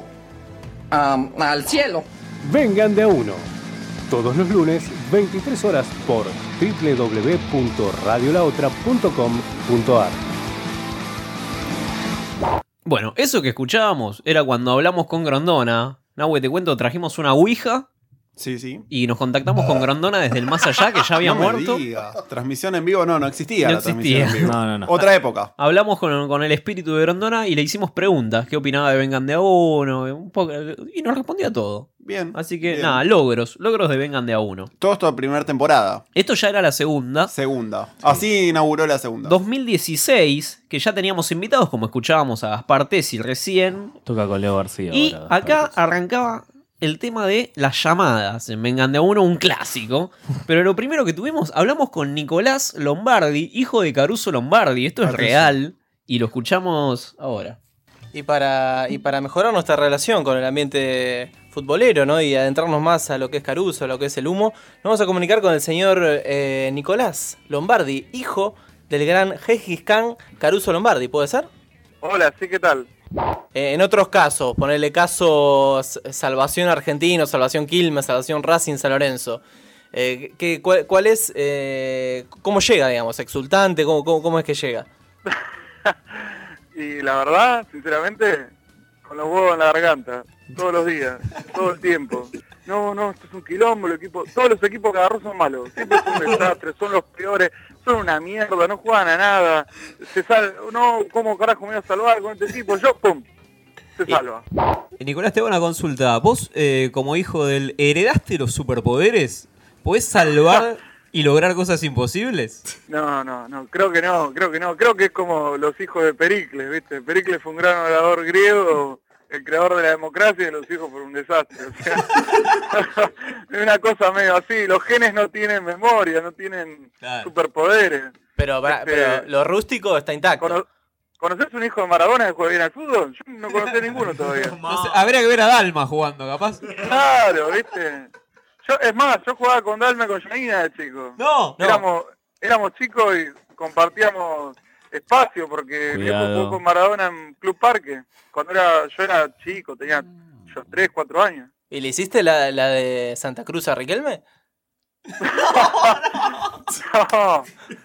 [SPEAKER 19] Am, al cielo.
[SPEAKER 20] Vengan de a uno. Todos los lunes, 23 horas por www.radiolaotra.com.ar.
[SPEAKER 2] Bueno, eso que escuchábamos era cuando hablamos con Grondona. Nahue, te cuento, trajimos una Ouija.
[SPEAKER 5] Sí, sí.
[SPEAKER 2] Y nos contactamos con Grondona desde el más allá, que ya había
[SPEAKER 5] No me
[SPEAKER 2] muerto.
[SPEAKER 5] digas. Transmisión en vivo no, no existía.
[SPEAKER 2] No
[SPEAKER 5] la transmisión
[SPEAKER 2] existía.
[SPEAKER 5] en vivo.
[SPEAKER 2] No, no, no.
[SPEAKER 5] Otra época.
[SPEAKER 2] Hablamos con, con el espíritu de Grondona y le hicimos preguntas. ¿Qué opinaba de Vengan de a uno? Un poco- y nos respondió a todo.
[SPEAKER 5] Bien.
[SPEAKER 2] Así que,
[SPEAKER 5] bien.
[SPEAKER 2] nada, logros. Logros de Vengan de a uno.
[SPEAKER 5] Todo esto de primera temporada.
[SPEAKER 2] Esto ya era la segunda.
[SPEAKER 5] Segunda. Así inauguró la segunda.
[SPEAKER 2] 2016, que ya teníamos invitados, como escuchábamos a Gaspar Tessi recién.
[SPEAKER 4] Toca con Leo García.
[SPEAKER 2] Y
[SPEAKER 4] ahora.
[SPEAKER 2] acá arrancaba el tema de las llamadas en Vengan de a Uno, un clásico. Pero lo primero que tuvimos, hablamos con Nicolás Lombardi, hijo de Caruso Lombardi. Esto es
[SPEAKER 10] Caruso.
[SPEAKER 2] real. Y lo escuchamos ahora.
[SPEAKER 10] Y para, y para mejorar nuestra relación con el ambiente futbolero, ¿no? Y adentrarnos más a lo que es Caruso, a lo que es el humo, nos vamos a comunicar con el señor eh, Nicolás Lombardi, hijo del gran Gengis Khan Caruso Lombardi, ¿puede ser?
[SPEAKER 21] Hola, sí, ¿qué tal?
[SPEAKER 10] Eh, en otros casos, ponerle casos Salvación Argentino, Salvación Quilmes, Salvación Racing San Lorenzo. Eh, ¿qué- cuál, cuál es, eh, cómo llega, digamos, exultante? ¿Cómo, cómo, cómo es que llega?
[SPEAKER 21] Y la verdad, sinceramente, con los huevos en la garganta, todos los días, todo el tiempo. No, no, esto es un quilombo, el equipo, todos los equipos que agarró son malos, siempre son un desastre, son los peores, son una mierda, no juegan a nada, se sal, no, ¿cómo carajo me voy a salvar con este tipo? Yo, pum, se salva.
[SPEAKER 11] Eh, Nicolás, te hago una consulta. Vos, eh, como hijo del. ¿Heredaste los superpoderes? ¿Podés salvar y lograr cosas imposibles?
[SPEAKER 21] No, no, no, creo que no, creo que no, creo que es como los hijos de Pericles, ¿viste? Pericles fue un gran orador griego, el creador de la democracia y los hijos por un desastre. O sea, es una cosa medio así, los genes no tienen memoria, no tienen superpoderes.
[SPEAKER 10] Pero, pará,
[SPEAKER 21] Este,
[SPEAKER 10] pero lo rústico está intacto.
[SPEAKER 21] ¿Conocés un hijo de Maradona que juega bien al fútbol? Yo no conocí ninguno todavía.
[SPEAKER 11] No sé, habría que ver a Dalma jugando, capaz.
[SPEAKER 21] Claro, ¿viste? Yo, es más, yo jugaba con Dalma y con Janina de chico.
[SPEAKER 11] No, no.
[SPEAKER 21] Éramos, éramos chicos y compartíamos espacio porque mi viejo
[SPEAKER 4] Cuidado.
[SPEAKER 21] jugó con Maradona en Club Parque. Cuando era, yo era chico, tenía yo 3, 4 años.
[SPEAKER 10] ¿Y le hiciste la, la de Santa Cruz a Riquelme?
[SPEAKER 21] No,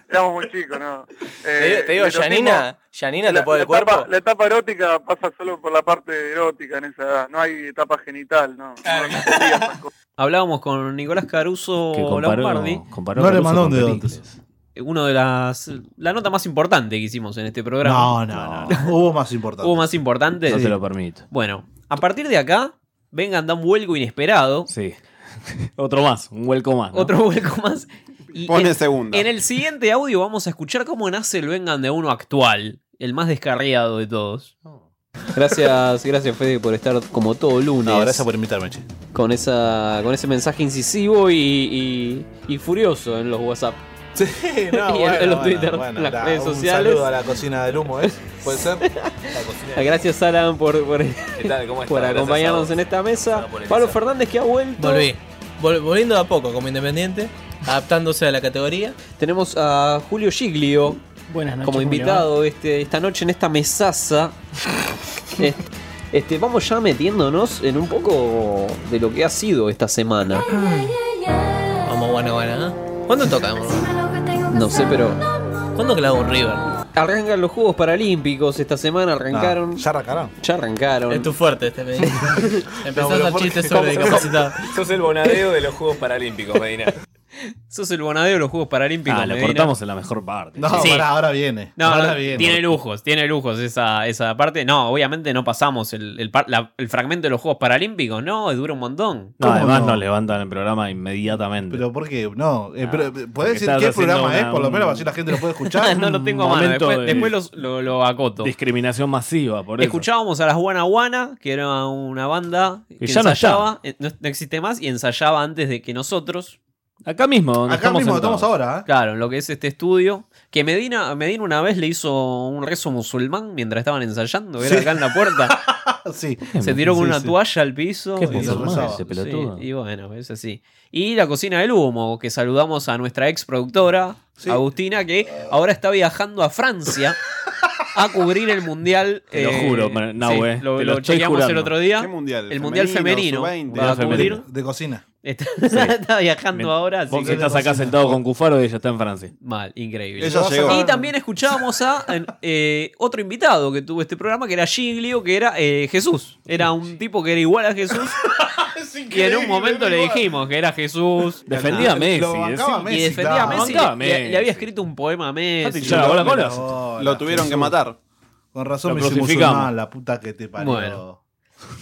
[SPEAKER 21] éramos muy chicos, ¿no? Eh,
[SPEAKER 10] Te digo- te digo,
[SPEAKER 21] erotismo-
[SPEAKER 10] Yanina- Yanina
[SPEAKER 21] la-
[SPEAKER 10] tapó el
[SPEAKER 21] la
[SPEAKER 10] cuerpo.
[SPEAKER 21] etapa- la etapa erótica pasa solo por la parte erótica en esa edad. No hay etapa genital, ¿no? No, no existía esa cosa.
[SPEAKER 2] Hablábamos con Nicolás Caruso
[SPEAKER 4] Que comparó-
[SPEAKER 2] Lombardi. Eh,
[SPEAKER 4] comparó No a le Caruso mandó con un dedo Pericles.
[SPEAKER 2] Uno de las. La nota más importante que hicimos en este programa.
[SPEAKER 3] No, no, no. Hubo más importante.
[SPEAKER 2] Hubo más importante.
[SPEAKER 4] No te lo permito.
[SPEAKER 2] Bueno, a partir de acá, vengan, da un vuelco inesperado.
[SPEAKER 4] Sí. Otro más, un vuelco más. ¿no?
[SPEAKER 2] Otro vuelco más. Y
[SPEAKER 4] Pone
[SPEAKER 2] en-
[SPEAKER 4] segunda.
[SPEAKER 2] En el siguiente audio vamos a escuchar cómo nace el vengan de uno actual. El más descarriado de todos.
[SPEAKER 11] Gracias, gracias Fede por estar como todo lunes.
[SPEAKER 3] No, gracias por invitarme, che.
[SPEAKER 11] Con, esa, con ese mensaje incisivo y, y- y furioso en los WhatsApp. Sí,
[SPEAKER 3] No,
[SPEAKER 11] y en, en los Twitter,
[SPEAKER 3] bueno,
[SPEAKER 11] en las
[SPEAKER 3] da,
[SPEAKER 11] redes
[SPEAKER 3] un
[SPEAKER 11] sociales.
[SPEAKER 3] saludo a la cocina del humo, ¿eh? ¿Puede ser? La cocina del
[SPEAKER 11] Gracias Alan por, por,
[SPEAKER 4] tal? ¿Cómo estás?
[SPEAKER 11] por
[SPEAKER 4] Gracias a
[SPEAKER 11] acompañarnos
[SPEAKER 4] vos.
[SPEAKER 11] en esta mesa. Pablo Fernández que ha vuelto.
[SPEAKER 9] Volví. Vol- volviendo de a poco como independiente, adaptándose a la categoría.
[SPEAKER 11] Tenemos a Julio Giglio
[SPEAKER 9] noches,
[SPEAKER 11] como
[SPEAKER 9] ¿cómo
[SPEAKER 11] invitado este, esta noche en esta mesaza. este, este, vamos ya metiéndonos en un poco de lo que ha sido esta semana.
[SPEAKER 9] Vamos, bueno, bueno. ¿eh? ¿Cuándo tocamos?
[SPEAKER 11] No sé, pero
[SPEAKER 9] ¿Cuándo clavó un River?
[SPEAKER 11] arrancan los Juegos Paralímpicos esta semana, arrancaron.
[SPEAKER 3] Ah, ya arrancaron.
[SPEAKER 11] Ya arrancaron.
[SPEAKER 9] Es tu fuerte este medio. Empezás a hacer chistes sobre discapacitado.
[SPEAKER 4] discapacitado. Sos el bonadeo de los Juegos Paralímpicos, Medina.
[SPEAKER 2] Sos el bonadeo de los Juegos Paralímpicos.
[SPEAKER 4] Ah, lo
[SPEAKER 2] Medina.
[SPEAKER 4] cortamos en la mejor parte.
[SPEAKER 2] No, Sí. pará,
[SPEAKER 3] ahora viene.
[SPEAKER 2] No, no, tiene lujos, tiene lujos esa, esa parte. No, obviamente no pasamos el, el par- la- el fragmento de los Juegos Paralímpicos, no, dura un montón.
[SPEAKER 4] No, además nos levantan el programa inmediatamente.
[SPEAKER 3] Pero ¿por qué? No. eh,
[SPEAKER 4] Ah,
[SPEAKER 3] pero,
[SPEAKER 4] porque
[SPEAKER 3] ¿Podés decir
[SPEAKER 4] estás
[SPEAKER 3] qué
[SPEAKER 4] haciendo
[SPEAKER 3] programa
[SPEAKER 4] una-
[SPEAKER 3] es? Por lo
[SPEAKER 4] un-
[SPEAKER 3] menos así la gente lo puede escuchar.
[SPEAKER 2] no lo tengo a mano,
[SPEAKER 4] momento
[SPEAKER 2] después,
[SPEAKER 4] de-
[SPEAKER 2] después los- lo, lo acoto.
[SPEAKER 4] Discriminación masiva, por eso.
[SPEAKER 2] Escuchábamos a las Guana Guana, que era una banda que
[SPEAKER 4] ya no
[SPEAKER 2] ensayaba, eh, no, no existe más, y ensayaba antes de que nosotros.
[SPEAKER 4] Acá mismo, donde
[SPEAKER 10] Acá mismo, estamos ahora, ¿eh?
[SPEAKER 2] Claro, en lo que es este estudio. Que Medina, Medina una vez le hizo un rezo musulmán mientras estaban ensayando, era acá en la puerta.
[SPEAKER 10] sí.
[SPEAKER 4] Eh,
[SPEAKER 2] Se tiró con
[SPEAKER 10] Sí,
[SPEAKER 2] una
[SPEAKER 10] sí.
[SPEAKER 2] toalla al piso.
[SPEAKER 10] Qué
[SPEAKER 2] y-
[SPEAKER 10] musulmán
[SPEAKER 2] Sí,
[SPEAKER 10] ese pelotudo.
[SPEAKER 2] y bueno, es así. Y la cocina del humo, que saludamos a nuestra ex productora, Agustina, que ahora está viajando a Francia a cubrir el mundial.
[SPEAKER 4] Te
[SPEAKER 2] eh,
[SPEAKER 4] lo juro, man- Nahue,
[SPEAKER 2] sí, lo,
[SPEAKER 4] te lo
[SPEAKER 2] lo
[SPEAKER 4] estoy
[SPEAKER 2] chequeamos el
[SPEAKER 4] jurando.
[SPEAKER 2] otro día.
[SPEAKER 4] ¿Qué mundial?
[SPEAKER 2] El mundial
[SPEAKER 4] Femenino,
[SPEAKER 2] femenino. va a
[SPEAKER 4] sub-veinte.
[SPEAKER 2] cubrir.
[SPEAKER 4] Femenino.
[SPEAKER 10] De cocina.
[SPEAKER 2] Está, está viajando ahora. así
[SPEAKER 4] Vos
[SPEAKER 2] que-
[SPEAKER 4] estás acá sentado con Cufaro y ella está en Francia.
[SPEAKER 2] Mal, increíble.
[SPEAKER 4] Ella llegó.
[SPEAKER 2] Y también escuchábamos a en- eh, otro invitado que tuvo este programa, que era Giglio, que era eh, Jesús. Era un tipo que era igual a Jesús. y en un momento le dijimos que era Jesús.
[SPEAKER 4] Defendía a Messi, Lo bancaba
[SPEAKER 2] decía.
[SPEAKER 4] a Messi,
[SPEAKER 2] Y defendía a
[SPEAKER 4] claro.
[SPEAKER 2] Messi.
[SPEAKER 4] Bancaba a
[SPEAKER 2] le- le- Le,
[SPEAKER 4] Messi.
[SPEAKER 2] había escrito un poema a Messi.
[SPEAKER 4] hinchar la bola, bola.
[SPEAKER 5] Lo tuvieron que matar.
[SPEAKER 10] Con razón
[SPEAKER 2] Lo
[SPEAKER 10] me hicimos
[SPEAKER 2] crucificamos.
[SPEAKER 10] musulmán, la puta que te parió.
[SPEAKER 2] Bueno.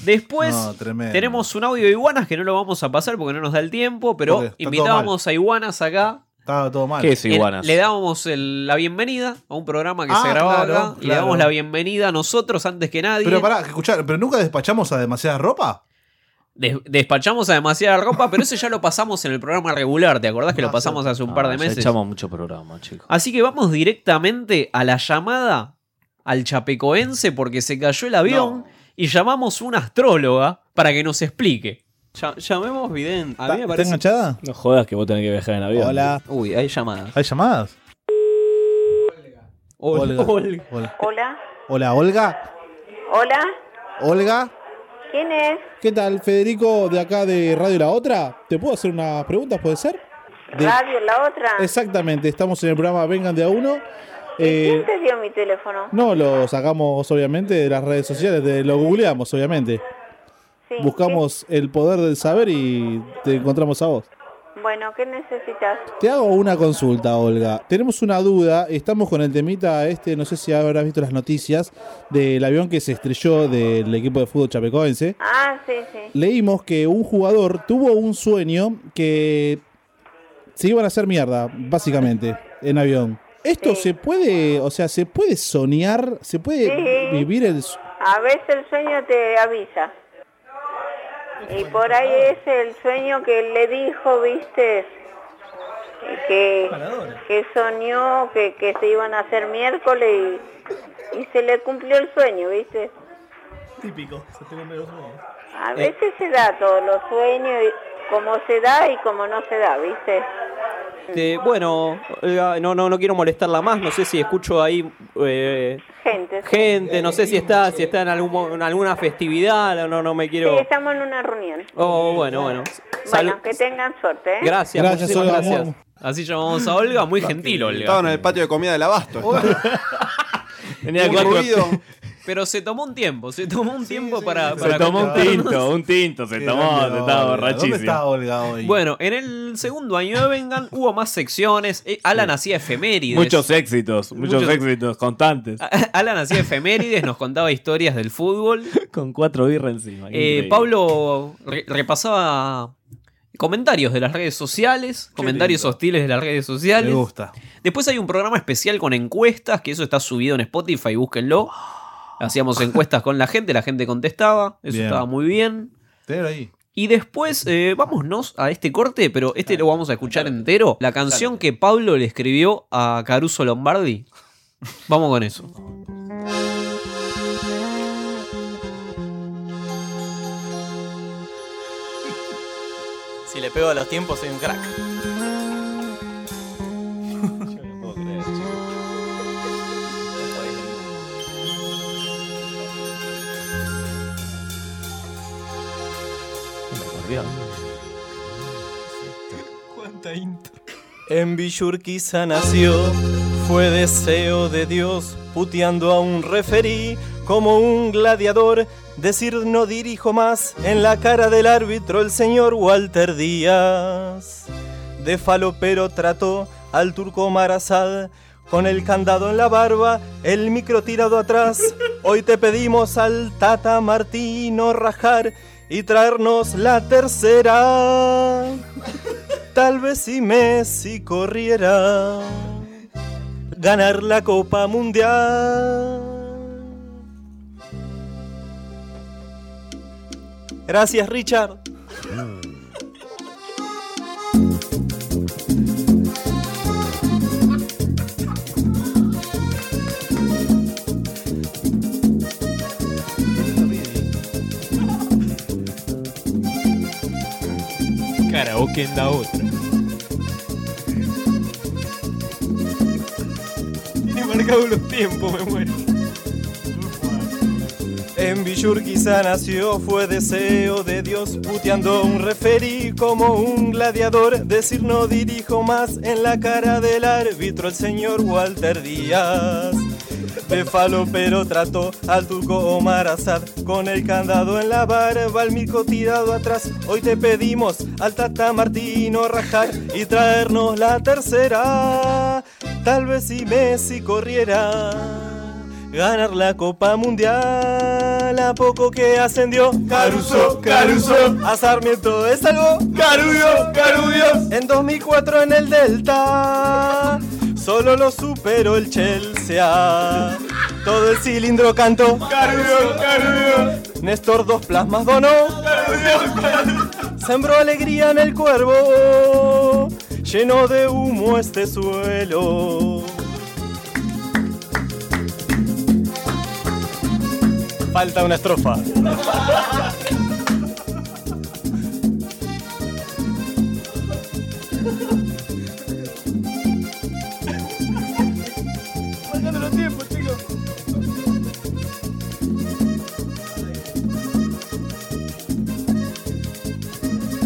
[SPEAKER 2] Después
[SPEAKER 10] No, tremendo.
[SPEAKER 2] Pues, tenemos un audio de Iguanas que no lo vamos a pasar porque no nos da el tiempo, pero
[SPEAKER 10] Porque está todo
[SPEAKER 2] invitábamos a Iguanas acá.
[SPEAKER 10] Estaba todo mal.
[SPEAKER 2] En- Le dábamos el- la bienvenida a un programa que se
[SPEAKER 10] Ah,
[SPEAKER 2] grababa
[SPEAKER 10] claro,
[SPEAKER 2] acá. Y le
[SPEAKER 10] claro.
[SPEAKER 2] damos la bienvenida a nosotros antes que nadie.
[SPEAKER 10] Pero pará, que escuchar, ¿pero nunca despachamos a demasiada ropa?
[SPEAKER 2] Des- despachamos a demasiada ropa, pero ese ya lo pasamos en el programa regular. ¿Te acordás que
[SPEAKER 10] Ah,
[SPEAKER 2] lo pasamos hace un par de
[SPEAKER 4] Ah, ya
[SPEAKER 2] meses?
[SPEAKER 4] echamos mucho programa, chicos.
[SPEAKER 2] Así que vamos directamente a la llamada al chapecoense porque se cayó el avión y llamamos una astróloga para que nos explique.
[SPEAKER 22] llamemos vidente.
[SPEAKER 2] A mí me parece-
[SPEAKER 10] enganchada?
[SPEAKER 4] No jodas que vos tenés que viajar en avión.
[SPEAKER 10] Hola.
[SPEAKER 22] Uy, hay llamadas.
[SPEAKER 10] ¿Hay llamadas?
[SPEAKER 22] Olga.
[SPEAKER 10] Olga. Hola.
[SPEAKER 23] Hola,
[SPEAKER 10] Hola, Olga.
[SPEAKER 23] hola,
[SPEAKER 10] Olga.
[SPEAKER 23] ¿quién es?
[SPEAKER 3] ¿Qué tal, Federico, de acá de Radio La Otra? ¿Te puedo hacer unas preguntas, puede ser? De-
[SPEAKER 23] Radio La Otra.
[SPEAKER 3] Exactamente, estamos en el programa Vengan de a uno. Eh,
[SPEAKER 23] ¿Quién te dio mi teléfono?
[SPEAKER 3] no, lo sacamos obviamente de las redes sociales, de- lo googleamos obviamente.
[SPEAKER 23] Sí,
[SPEAKER 3] Buscamos el poder del saber y te encontramos a vos.
[SPEAKER 23] ¿qué- Bueno, ¿qué necesitas?
[SPEAKER 3] Te hago una consulta, Olga. Tenemos una duda, estamos con el temita este, no sé si habrás visto las noticias, del avión que se estrelló del equipo de fútbol chapecoense.
[SPEAKER 23] Ah, sí, sí.
[SPEAKER 3] leímos que un jugador tuvo un sueño que se iban a hacer mierda, básicamente, en avión. ¿Esto se puede, o sea, se puede soñar, se puede
[SPEAKER 23] Sí.
[SPEAKER 3] vivir el... su-
[SPEAKER 23] A veces el sueño te avisa. Y por ahí es el sueño que le dijo, viste, que, que soñó que, que se iban a hacer miércoles y, y se le cumplió el sueño, viste.
[SPEAKER 9] Típico, se te los
[SPEAKER 23] A
[SPEAKER 22] Eh.
[SPEAKER 23] veces se da todos los sueños, y- como se da y como no se da, viste.
[SPEAKER 22] Este, bueno, Olga, no, no, no quiero molestarla más. No sé si escucho ahí eh,
[SPEAKER 23] Gente.
[SPEAKER 22] gente, no sé si está, si está en, algún, mo- en alguna festividad, no, no, no me
[SPEAKER 23] Sí,
[SPEAKER 22] quiero.
[SPEAKER 23] estamos en una reunión.
[SPEAKER 22] Oh, bueno, bueno. Salud.
[SPEAKER 23] Bueno, que tengan suerte, ¿eh?
[SPEAKER 22] Gracias, muchísimas gracias.
[SPEAKER 2] Así llamamos a Olga, muy gentil Olga.
[SPEAKER 5] Estaban en el patio de comida del abasto.
[SPEAKER 2] Tenía
[SPEAKER 5] Un ruido.
[SPEAKER 2] Pero se tomó un tiempo, se tomó un tiempo
[SPEAKER 4] Se
[SPEAKER 2] para, para
[SPEAKER 4] tomó un
[SPEAKER 2] contarnos.
[SPEAKER 4] tinto, un tinto, se
[SPEAKER 2] Qué
[SPEAKER 4] tomó,
[SPEAKER 2] grande
[SPEAKER 4] se estaba
[SPEAKER 2] Olga.
[SPEAKER 4] borrachísimo.
[SPEAKER 2] ¿Dónde está
[SPEAKER 10] Olga hoy?
[SPEAKER 2] Bueno, en el segundo año de Vengan hubo más secciones. Eh, Alan hacía efemérides.
[SPEAKER 4] Muchos éxitos, muchos,
[SPEAKER 2] Muchos-
[SPEAKER 4] éxitos constantes.
[SPEAKER 2] Alan hacía efemérides, nos contaba historias del fútbol.
[SPEAKER 4] Con cuatro birras encima. qué
[SPEAKER 2] Eh,
[SPEAKER 4] increíble.
[SPEAKER 2] Pablo re- repasaba comentarios de las redes sociales, comentarios hostiles de las redes sociales.
[SPEAKER 10] Me gusta.
[SPEAKER 2] Después hay un programa especial con encuestas, que eso está subido en Spotify, búsquenlo. Hacíamos encuestas con la gente, la gente contestaba, eso
[SPEAKER 10] Bien.
[SPEAKER 2] estaba muy bien.
[SPEAKER 10] ahí.
[SPEAKER 2] Y después, eh, vámonos a este corte, pero este lo vamos a escuchar entero. La canción que Pablo le escribió a Caruso Lombardi. Vamos con eso.
[SPEAKER 9] Si le pego a los tiempos soy un crack. En Villurquiza nació, fue deseo de Dios, puteando a un referí como un gladiador, decir no dirijo más en la cara del árbitro el señor Walter Díaz. De falopero trató al turco Marazal, con el candado en la barba, el micro tirado atrás. Hoy te pedimos al Tata Martino rajar y traernos la tercera. Tal vez si Messi corriera, ganar la Copa Mundial. Gracias, Richard. que en la otra. Tiene marcados los tiempos, me muero. En Villurquiza nació, fue deseo de Dios, puteando a un referí como un gladiador. Decir no dirijo más en la cara del árbitro, el señor Walter Díaz. De falo pero trató al turco Omar Azad con el candado en la barba, el mico tirado atrás. Hoy te pedimos al Tata Martino rajar y traernos la tercera. Tal vez si Messi corriera ganar la Copa Mundial. A poco que ascendió Caruso, Caruso. A Sarmiento de Salvo, Carullo, Carullo. En 2004 en el Delta, solo lo superó el Chelsea. Todo el cilindro cantó Carullo, Carullo. Néstor dos plasmas donó Sembró alegría en el cuervo, lleno de humo este suelo. Falta una estrofa.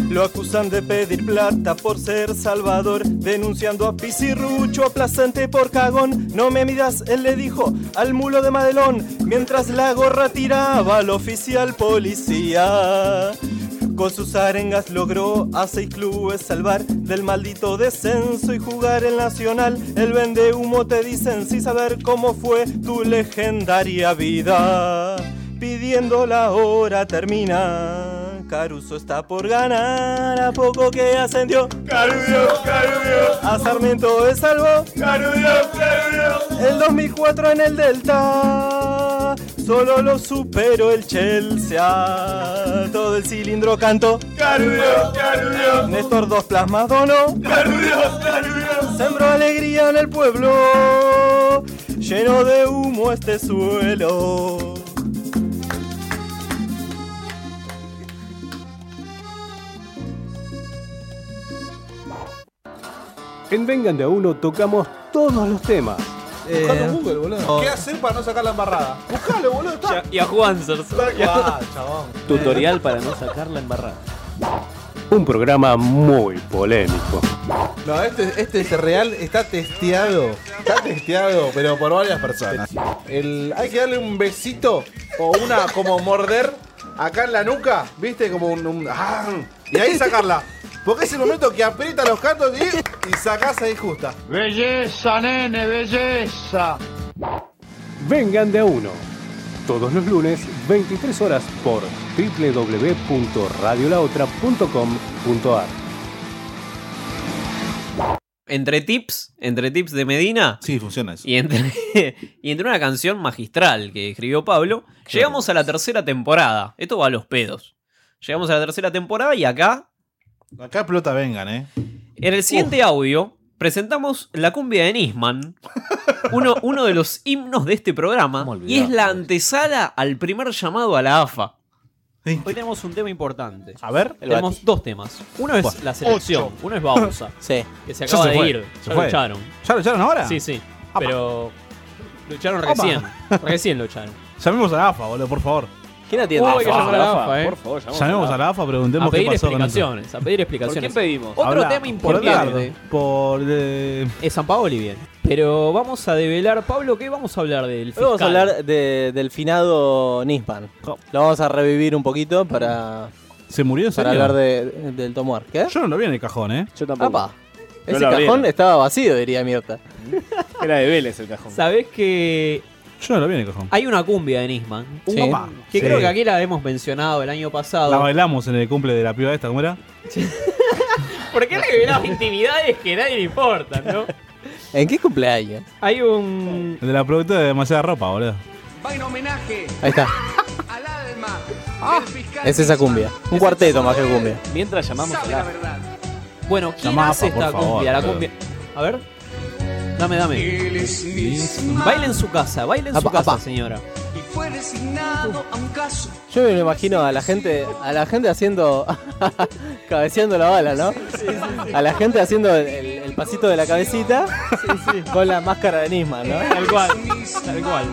[SPEAKER 9] Lo acusan de pedir plata por ser salvador, denunciando a Pizirrucho, a Placente por cagón. No me midas, él le dijo al mulo de Madelón, mientras la gorra tiraba al oficial policía. Con sus arengas logró a seis clubes salvar del maldito descenso y jugar el nacional. El vende humo te dicen sin saber cómo fue tu legendaria vida. Pidiendo la hora termina. Caruso está por ganar, a poco que ascendió. Carudio, Carudio. A Sarmiento de salvo. Carudio, Carudio. El 2004 en el Delta, solo lo superó el Chelsea. Todo el cilindro cantó. Carudio, Carudio. Néstor dos plasmas donó. Carudio, Carudio. Sembró alegría en el pueblo, lleno de humo este suelo.
[SPEAKER 18] En Vengan de a uno tocamos todos los temas.
[SPEAKER 24] Buscalo en Google, boludo. Eh, ¿Qué hacer para no sacar la embarrada? Buscalo, boludo. Está.
[SPEAKER 11] Y a Juansers.
[SPEAKER 24] Ah, chabón.
[SPEAKER 12] Tutorial para no sacar la embarrada. Un programa muy polémico.
[SPEAKER 24] No, este, este es real, está testeado. Está testeado, pero por varias personas. El, hay que darle un besito o una como morder acá en la nuca, ¿viste? Como un. un- ah, y ahí sacarla. Porque es el momento que aprieta los cantos y, y sacás ahí justa.
[SPEAKER 18] Belleza, nene, belleza. Vengan de a uno. Todos los lunes, 23 horas por www.radiolaotra.com.ar.
[SPEAKER 2] Entre tips, entre tips de Medina.
[SPEAKER 3] Sí, funciona eso.
[SPEAKER 2] Y entre, y entre una canción magistral que escribió Pablo, llegamos a la tercera temporada. Esto va a los pedos. Llegamos a la tercera temporada y acá
[SPEAKER 3] Acá pelota vengan, eh.
[SPEAKER 2] En el siguiente audio presentamos la cumbia de Nisman, uno, uno de los himnos de este programa, y es la antesala al primer llamado a la AFA. Hoy tenemos un tema importante.
[SPEAKER 3] A ver,
[SPEAKER 2] tenemos dos temas. Uno es
[SPEAKER 11] Buah.
[SPEAKER 2] la selección,
[SPEAKER 11] Ocho.
[SPEAKER 2] uno es Bausa,
[SPEAKER 10] Sí.
[SPEAKER 11] Que se
[SPEAKER 2] Ya
[SPEAKER 11] acaba
[SPEAKER 2] se
[SPEAKER 11] de
[SPEAKER 2] fue,
[SPEAKER 11] ir.
[SPEAKER 2] se
[SPEAKER 11] Ya lo
[SPEAKER 2] fue.
[SPEAKER 11] echaron.
[SPEAKER 3] ¿Ya lo echaron ahora?
[SPEAKER 11] Sí, sí. Pero lo echaron
[SPEAKER 3] Apa.
[SPEAKER 11] recién. Recién lo echaron.
[SPEAKER 3] Llamemos a la AFA, boludo, por favor.
[SPEAKER 11] ¿Quién atiende? Uy, hay que llamar a la AFA, eh. Por favor, llamamos
[SPEAKER 3] Llamemos a la AFA, preguntemos
[SPEAKER 11] a pedir
[SPEAKER 3] qué pasó con eso.
[SPEAKER 11] explicaciones, A pedir
[SPEAKER 2] ¿Por
[SPEAKER 11] explicaciones.
[SPEAKER 2] quién pedimos? Otro
[SPEAKER 11] Otro
[SPEAKER 2] Habla-
[SPEAKER 11] tema
[SPEAKER 2] tema
[SPEAKER 11] importante.
[SPEAKER 2] importante.
[SPEAKER 3] Por. eh,
[SPEAKER 11] Es San Paoli bien. Pero vamos a develar, Pablo, ¿qué vamos a hablar del
[SPEAKER 10] Hoy
[SPEAKER 11] fiscal? Oh.
[SPEAKER 10] vamos a hablar de- del finado Nisman. Lo vamos a revivir un poquito para,
[SPEAKER 3] ¿Se murió en
[SPEAKER 10] para
[SPEAKER 3] serio?
[SPEAKER 10] hablar de- del Tomuar. ¿Qué?
[SPEAKER 3] Yo no lo vi en el cajón, eh.
[SPEAKER 10] Yo
[SPEAKER 3] tampoco. No
[SPEAKER 10] Ese
[SPEAKER 3] lo
[SPEAKER 10] cajón
[SPEAKER 3] abrieron.
[SPEAKER 10] estaba vacío, diría Mirta.
[SPEAKER 12] Era de Vélez el cajón.
[SPEAKER 11] Sabés que
[SPEAKER 3] Yo no lo vi en el cajón.
[SPEAKER 11] hay una cumbia de Nisman.
[SPEAKER 3] Sí.
[SPEAKER 11] que-
[SPEAKER 3] Opa.
[SPEAKER 11] Que
[SPEAKER 3] Sí.
[SPEAKER 11] creo que aquí la hemos mencionado el año pasado.
[SPEAKER 3] La bailamos en el cumple de la piba esta, ¿cómo era?
[SPEAKER 11] ¿Por qué revelamos intimidades que nadie le importan, no?
[SPEAKER 10] ¿En qué cumpleaños?
[SPEAKER 11] Hay un.
[SPEAKER 3] El de la productora de demasiada ropa, boludo.
[SPEAKER 1] Va en homenaje
[SPEAKER 10] Ahí está.
[SPEAKER 1] al alma del fiscal.
[SPEAKER 10] Es esa cumbia. Un cuarteto más que cumbia.
[SPEAKER 12] Mientras llamamos a
[SPEAKER 1] Sabe
[SPEAKER 12] la
[SPEAKER 1] la verdad.
[SPEAKER 11] Bueno, ¿quién
[SPEAKER 10] Llamá,
[SPEAKER 11] hace
[SPEAKER 10] por
[SPEAKER 11] esta
[SPEAKER 10] favor,
[SPEAKER 11] cumbia? La
[SPEAKER 10] boludo.
[SPEAKER 11] cumbia. A ver. Dame, dame. Baila en su casa, baila en su
[SPEAKER 10] Apa,
[SPEAKER 11] casa,
[SPEAKER 10] apa.
[SPEAKER 11] señora.
[SPEAKER 1] Y fue designado a un caso.
[SPEAKER 10] Yo me lo imagino a la gente, a la gente haciendo cabeceando la bala, ¿no? A la gente haciendo el, el- el pasito de la cabecita con la máscara de Nisman, ¿no?
[SPEAKER 25] Tal cual, tal cual.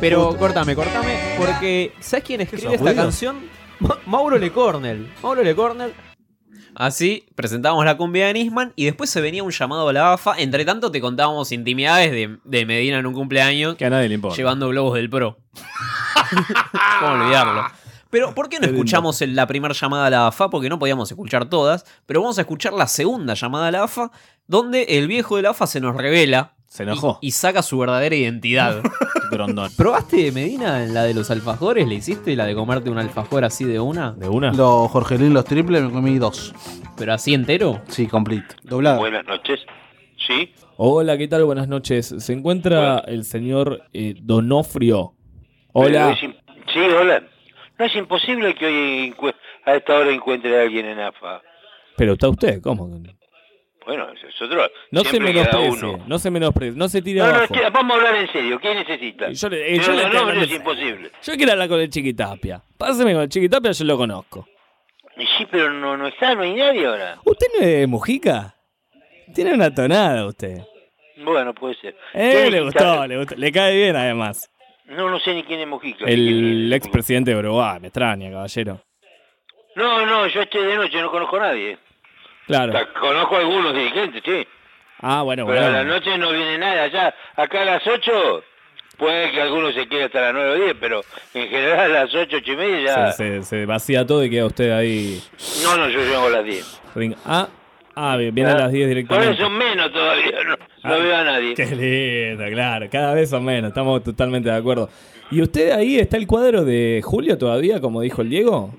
[SPEAKER 25] Pero Oh, cortame, cortame, porque ¿sabes quién escribe esta
[SPEAKER 2] judíos?
[SPEAKER 25] canción? Ma- Mauro Lecornel. Mauro Lecornel.
[SPEAKER 2] Así presentábamos la cumbia de Nisman y después se venía un llamado a la AFA. Entre tanto, te contábamos intimidades de, de Medina en un cumpleaños.
[SPEAKER 4] Que a nadie le importa.
[SPEAKER 2] Llevando globos del pro. ¿Cómo olvidarlo? Pero, ¿por qué no escuchamos el- la primera llamada a la AFA? Porque no podíamos escuchar todas. Pero vamos a escuchar la segunda llamada a la AFA, donde el viejo de la AFA se nos revela. Se
[SPEAKER 4] enojó.
[SPEAKER 2] Y, y saca su verdadera identidad.
[SPEAKER 25] ¿Probaste Medina en la de los alfajores? ¿Le hiciste la de comerte un alfajor así de una?
[SPEAKER 4] ¿De una?
[SPEAKER 26] Los Jorgelín, los triples, me comí dos.
[SPEAKER 25] ¿Pero así entero?
[SPEAKER 26] Sí, complete.
[SPEAKER 17] Buenas noches. Sí.
[SPEAKER 4] Hola, ¿qué tal? Buenas noches. Se encuentra el señor eh, Donofrio.
[SPEAKER 17] Pero
[SPEAKER 4] Hola.
[SPEAKER 17] es im- Sí, hola. No es imposible que hoy encu- a esta hora encuentre a alguien en AFA.
[SPEAKER 4] Pero está usted, ¿cómo?
[SPEAKER 17] Bueno, nosotros
[SPEAKER 4] No se
[SPEAKER 17] siempre cada
[SPEAKER 4] menosprecie,
[SPEAKER 17] uno.
[SPEAKER 4] no se menosprecie, no se tire
[SPEAKER 17] No, no,
[SPEAKER 4] abajo.
[SPEAKER 17] che, vamos a hablar en serio. ¿Quién necesita?
[SPEAKER 4] Yo le- eh,
[SPEAKER 17] Pero
[SPEAKER 4] yo le
[SPEAKER 17] los
[SPEAKER 4] tengo
[SPEAKER 17] nombres
[SPEAKER 4] que-
[SPEAKER 17] es imposible.
[SPEAKER 4] Yo quiero hablar con el Chiquitapia. Páseme con el Chiquitapia, yo lo conozco.
[SPEAKER 17] Y Sí, pero no, no está, no hay nadie ahora.
[SPEAKER 4] ¿Usted no es de Mujica? Tiene una tonada usted.
[SPEAKER 17] Bueno, puede ser.
[SPEAKER 4] Eh,
[SPEAKER 17] ¿Quién
[SPEAKER 4] le
[SPEAKER 17] necesita?
[SPEAKER 4] gustó, le gustó. Le cae bien además.
[SPEAKER 17] No, no sé ni quién es Mojica.
[SPEAKER 4] El expresidente de Uruguay, me extraña, caballero.
[SPEAKER 17] No, no, yo estoy de noche, no conozco a nadie.
[SPEAKER 4] Claro.
[SPEAKER 17] O sea, conozco a algunos dirigentes, sí.
[SPEAKER 4] Ah, bueno,
[SPEAKER 17] Pero a la
[SPEAKER 4] bueno.
[SPEAKER 17] noche no viene nada. Ya, acá a las 8, puede que algunos se quede hasta las 9 o 10, pero en general a las 8, 8 y media ya.
[SPEAKER 4] Se, se- se vacía todo y queda usted ahí.
[SPEAKER 17] No, no, yo llego a las 10.
[SPEAKER 4] Ring. Ah, ah, bien, viene a las 10
[SPEAKER 17] Por
[SPEAKER 4] directamente. Ah.
[SPEAKER 17] eso menos todavía, no, no veo a nadie.
[SPEAKER 4] Qué lindo, claro. Cada vez son menos, estamos totalmente de acuerdo. ¿Y usted ahí está el cuadro de Julio todavía, como dijo el Diego?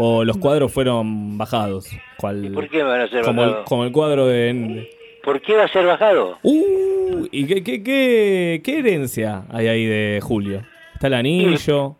[SPEAKER 4] ¿O los cuadros fueron bajados? ¿Cuál-
[SPEAKER 17] ¿Por qué van a ser
[SPEAKER 4] como, el,
[SPEAKER 17] bajado?
[SPEAKER 4] como el cuadro de...
[SPEAKER 17] ¿Por qué va a ser bajado?
[SPEAKER 4] Uh, ¿Y qué, qué, qué, qué herencia hay ahí de Julio? Está el anillo.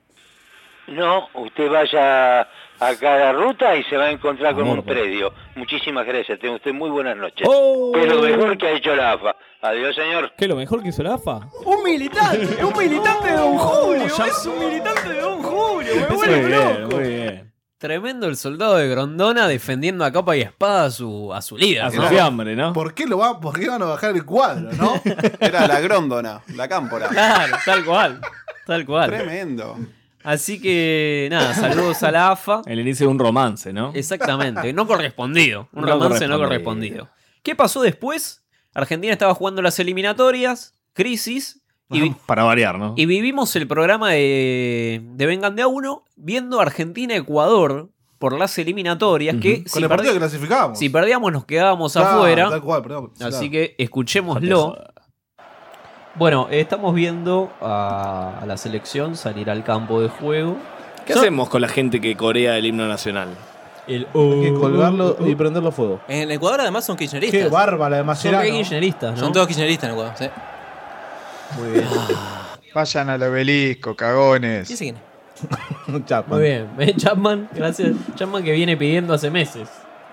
[SPEAKER 17] No, usted vaya a cada ruta y se va a encontrar con
[SPEAKER 4] Amor,
[SPEAKER 17] un
[SPEAKER 4] por-
[SPEAKER 17] predio. Muchísimas gracias, tenga usted muy buenas noches.
[SPEAKER 4] Oh.
[SPEAKER 17] Que es lo mejor que ha hecho la AFA. Adiós, señor.
[SPEAKER 4] ¿Qué lo mejor que hizo la AFA?
[SPEAKER 25] ¡Un militante! ¡Un militante de Don Julio! ¡Es un militante de Don Julio! ¡Me vuelve loco!
[SPEAKER 2] Tremendo el soldado de Grondona defendiendo a capa y espada a su, a su líder.
[SPEAKER 26] A su
[SPEAKER 2] ¿no?
[SPEAKER 4] fiambre, ¿no?
[SPEAKER 26] ¿Por qué, lo va, ¿Por qué van a bajar el cuadro, no?
[SPEAKER 5] Era la gróndona, la cámpora.
[SPEAKER 2] Claro, tal cual. Tal cual.
[SPEAKER 5] Tremendo.
[SPEAKER 2] Así que nada, saludos a la AFA.
[SPEAKER 4] El inicio de un romance, ¿no?
[SPEAKER 2] Exactamente, no correspondido. Un
[SPEAKER 4] No
[SPEAKER 2] romance no
[SPEAKER 4] correspondido.
[SPEAKER 2] correspondido. ¿Qué pasó después? Argentina estaba jugando las eliminatorias, crisis, y, vi-
[SPEAKER 4] Para variar, ¿no?
[SPEAKER 2] y vivimos el programa de, de Vengan de a uno viendo Argentina-Ecuador por las eliminatorias. que
[SPEAKER 26] Con el partido que clasificábamos.
[SPEAKER 2] Si perdíamos nos quedábamos
[SPEAKER 26] Claro,
[SPEAKER 2] afuera.
[SPEAKER 26] tal cual, perdón,
[SPEAKER 2] así
[SPEAKER 26] claro.
[SPEAKER 2] que escuchémoslo. Bueno, eh, estamos viendo a, a la selección salir al campo de juego.
[SPEAKER 4] ¿Qué hacemos con la gente que corea el himno nacional?
[SPEAKER 2] El oh,
[SPEAKER 3] Hay que colgarlo y prenderlo fuego.
[SPEAKER 10] En Ecuador además son kirchneristas.
[SPEAKER 3] Qué bárbara, además,
[SPEAKER 10] Son
[SPEAKER 3] Gerano.
[SPEAKER 10] re kirchneristas,
[SPEAKER 3] ¿no?
[SPEAKER 10] Son todos kirchneristas en Ecuador, sí.
[SPEAKER 27] Muy bien. Vayan al obelisco, cagones.
[SPEAKER 10] ¿Quién es?
[SPEAKER 3] Chapman.
[SPEAKER 2] Muy bien, Eh, Chapman, gracias. Chapman que viene pidiendo hace meses.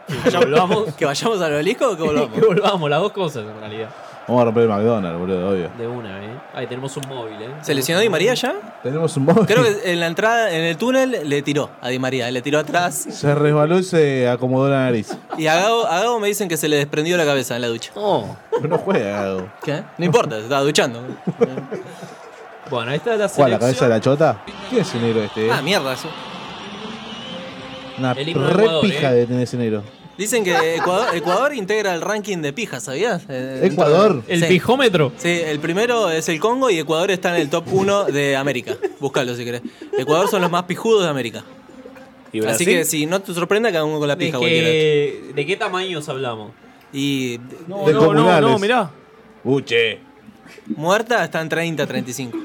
[SPEAKER 2] Que volvamos.
[SPEAKER 10] ¿Que vayamos al obelisco o que volvamos?
[SPEAKER 2] que volvamos, las dos cosas en realidad.
[SPEAKER 3] Vamos a romper el McDonald's, boludo, obvio.
[SPEAKER 2] De una, ¿eh? Ahí tenemos un móvil, ¿eh?
[SPEAKER 10] ¿Se lesionó Di María ya?
[SPEAKER 3] Tenemos un móvil.
[SPEAKER 10] Creo que en la entrada, en el túnel, le tiró a Di María. Le tiró atrás.
[SPEAKER 3] Se resbaló y se acomodó la nariz.
[SPEAKER 10] Y a Gago, a Gago me dicen que se le desprendió la cabeza en la ducha.
[SPEAKER 4] Oh.
[SPEAKER 3] Pero no juega, Gago.
[SPEAKER 10] ¿Qué? No importa, se estaba duchando.
[SPEAKER 2] Bueno, ahí está la
[SPEAKER 3] ¿Cuál, la cabeza de la chota? ¿Quién es el negro este? eh?
[SPEAKER 10] Ah, mierda eso.
[SPEAKER 3] Una
[SPEAKER 10] el himno de Ecuador,
[SPEAKER 3] repija
[SPEAKER 10] eh.
[SPEAKER 3] de tener ese negro.
[SPEAKER 10] Dicen que Ecuador, Ecuador integra el ranking de pijas, ¿sabías? Eh,
[SPEAKER 3] ¿Ecuador?
[SPEAKER 10] dentro de-
[SPEAKER 3] ¿El
[SPEAKER 2] pijómetro?
[SPEAKER 10] Sí, el primero es el Congo y Ecuador está en el top 1 de América. Búscalo si querés. Ecuador son los más pijudos de América.
[SPEAKER 4] ¿Y
[SPEAKER 10] Así
[SPEAKER 4] Brasil?
[SPEAKER 10] que si no te sorprenda, cada uno con la
[SPEAKER 2] ¿De
[SPEAKER 10] pija
[SPEAKER 2] qué, ¿De qué tamaños hablamos?
[SPEAKER 10] Y.
[SPEAKER 2] oh.
[SPEAKER 4] No, no, no, no, mirá.
[SPEAKER 3] Uche.
[SPEAKER 10] Muerta está en 30, 35.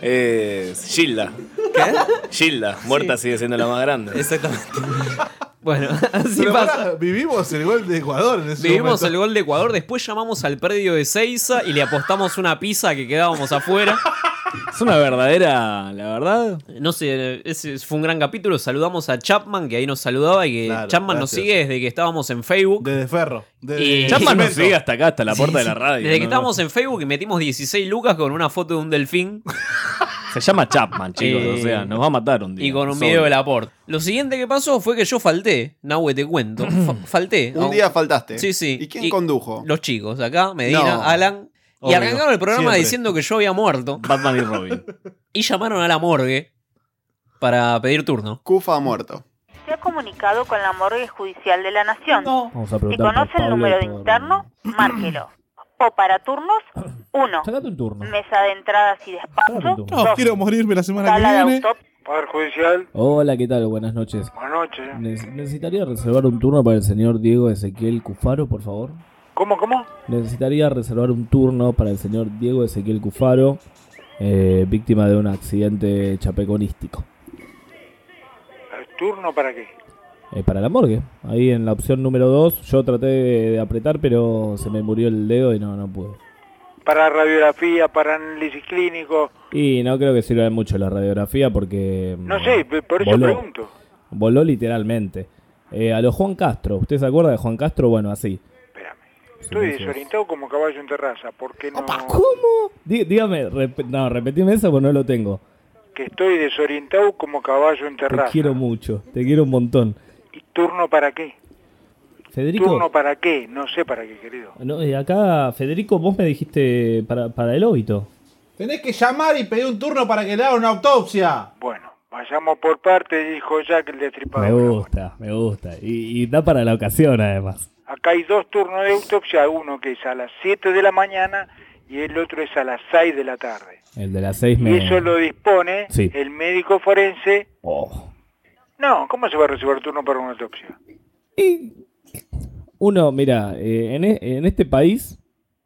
[SPEAKER 4] Es Gilda. ¿Qué? Gilda, muerta sigue siendo la más grande.
[SPEAKER 10] Exactamente.
[SPEAKER 2] Bueno, así
[SPEAKER 26] Pero
[SPEAKER 2] pasa.
[SPEAKER 26] pará, vivimos el gol de Ecuador en ese
[SPEAKER 2] Vivimos
[SPEAKER 26] momento.
[SPEAKER 2] el gol de Ecuador, después llamamos al predio de Seiza y le apostamos una pizza que quedábamos afuera.
[SPEAKER 4] Es una verdadera, la verdad.
[SPEAKER 2] No sé, ese fue un gran capítulo. Saludamos a Chapman, que ahí nos saludaba y que Chapman
[SPEAKER 4] gracias.
[SPEAKER 2] nos sigue desde que estábamos en Facebook.
[SPEAKER 26] Desde Ferro.
[SPEAKER 4] Y Chapman nos sigue hasta acá, hasta la puerta de la radio.
[SPEAKER 2] Desde que
[SPEAKER 4] ¿no?
[SPEAKER 2] estábamos en Facebook y metimos 16 lucas con una foto de un delfín.
[SPEAKER 4] Se llama Chapman, chicos.
[SPEAKER 2] Eh,
[SPEAKER 4] o sea, nos va a matar un día.
[SPEAKER 2] Y con un
[SPEAKER 4] Sobre.
[SPEAKER 2] video de Laporte. Lo siguiente que pasó fue que yo falté. Nahue, te cuento. Fa- falté.
[SPEAKER 10] Un día faltaste.
[SPEAKER 2] Sí, sí.
[SPEAKER 10] ¿Y quién condujo?
[SPEAKER 2] Los chicos, acá, Medina,
[SPEAKER 10] No.
[SPEAKER 2] Alan. Y
[SPEAKER 10] Obvio,
[SPEAKER 2] arrancaron el programa
[SPEAKER 10] siempre.
[SPEAKER 2] diciendo que yo había muerto.
[SPEAKER 4] Batman y Robin.
[SPEAKER 2] y llamaron a la morgue para pedir turno.
[SPEAKER 10] Cufa ha muerto.
[SPEAKER 23] Se ha comunicado con la morgue judicial de la Nación.
[SPEAKER 4] Vamos a
[SPEAKER 23] Si
[SPEAKER 4] preguntar
[SPEAKER 23] conoce
[SPEAKER 4] por
[SPEAKER 23] el
[SPEAKER 4] Pablo
[SPEAKER 23] número
[SPEAKER 4] y
[SPEAKER 23] de
[SPEAKER 4] por-
[SPEAKER 23] interno, márquelo. O para turnos, 1.
[SPEAKER 4] un turno.
[SPEAKER 23] Mesa de entradas y despacho,
[SPEAKER 28] No,
[SPEAKER 23] dos.
[SPEAKER 28] quiero morirme la semana que
[SPEAKER 23] Sala de
[SPEAKER 28] viene.
[SPEAKER 23] autopsia.
[SPEAKER 27] Poder judicial,
[SPEAKER 4] Hola, ¿qué tal? Buenas noches.
[SPEAKER 27] buenas noches.
[SPEAKER 4] Ne- necesitaría reservar un turno para el señor Diego Ezequiel Cufaro, por favor.
[SPEAKER 27] ¿Cómo, cómo?
[SPEAKER 4] Necesitaría reservar un turno para el señor Diego Ezequiel Cufaro, eh, víctima de un accidente chapeconístico.
[SPEAKER 27] ¿El turno para qué?
[SPEAKER 4] Eh, para la morgue, ahí en la opción número 2, yo traté de, de apretar, pero se me murió el dedo y no, no pude.
[SPEAKER 27] Para radiografía, para análisis clínico.
[SPEAKER 4] Y no creo que sirva de mucho la radiografía porque...
[SPEAKER 27] No
[SPEAKER 4] mm,
[SPEAKER 27] sé, pe- por eso
[SPEAKER 4] voló.
[SPEAKER 27] pregunto.
[SPEAKER 4] Voló literalmente. Eh, a lo Juan Castro, ¿usted se acuerda de Juan Castro? Bueno, así.
[SPEAKER 27] Estoy desorientado como caballo en terraza, porque no...
[SPEAKER 4] Dí- dígame, rep- no, repetime eso porque no lo tengo.
[SPEAKER 27] Que estoy desorientado como caballo en
[SPEAKER 4] Te
[SPEAKER 27] terraza.
[SPEAKER 4] quiero mucho, te quiero un montón.
[SPEAKER 27] ¿Turno para qué?
[SPEAKER 4] Federico,
[SPEAKER 27] ¿Turno para qué? No sé para qué, querido.
[SPEAKER 4] no, eh, acá, Federico, vos me dijiste para, para el óbito.
[SPEAKER 3] Tenés que llamar y pedir un turno para que le hagan una autopsia.
[SPEAKER 27] Bueno, vayamos por parte, dijo Jack el
[SPEAKER 4] Me
[SPEAKER 27] destripador.
[SPEAKER 4] gusta, me gusta. Y, y da para la ocasión, además.
[SPEAKER 27] Acá hay dos turnos de autopsia, uno que es a las 7 de la mañana y el otro es a las 6 de la tarde.
[SPEAKER 4] El de las seis
[SPEAKER 27] Y
[SPEAKER 4] me...
[SPEAKER 27] eso lo dispone
[SPEAKER 4] Sí.
[SPEAKER 27] el médico forense.
[SPEAKER 4] Oh.
[SPEAKER 27] No, ¿cómo se va a reservar turno para una autopsia?
[SPEAKER 4] Uno, mira, eh, en, e- en este país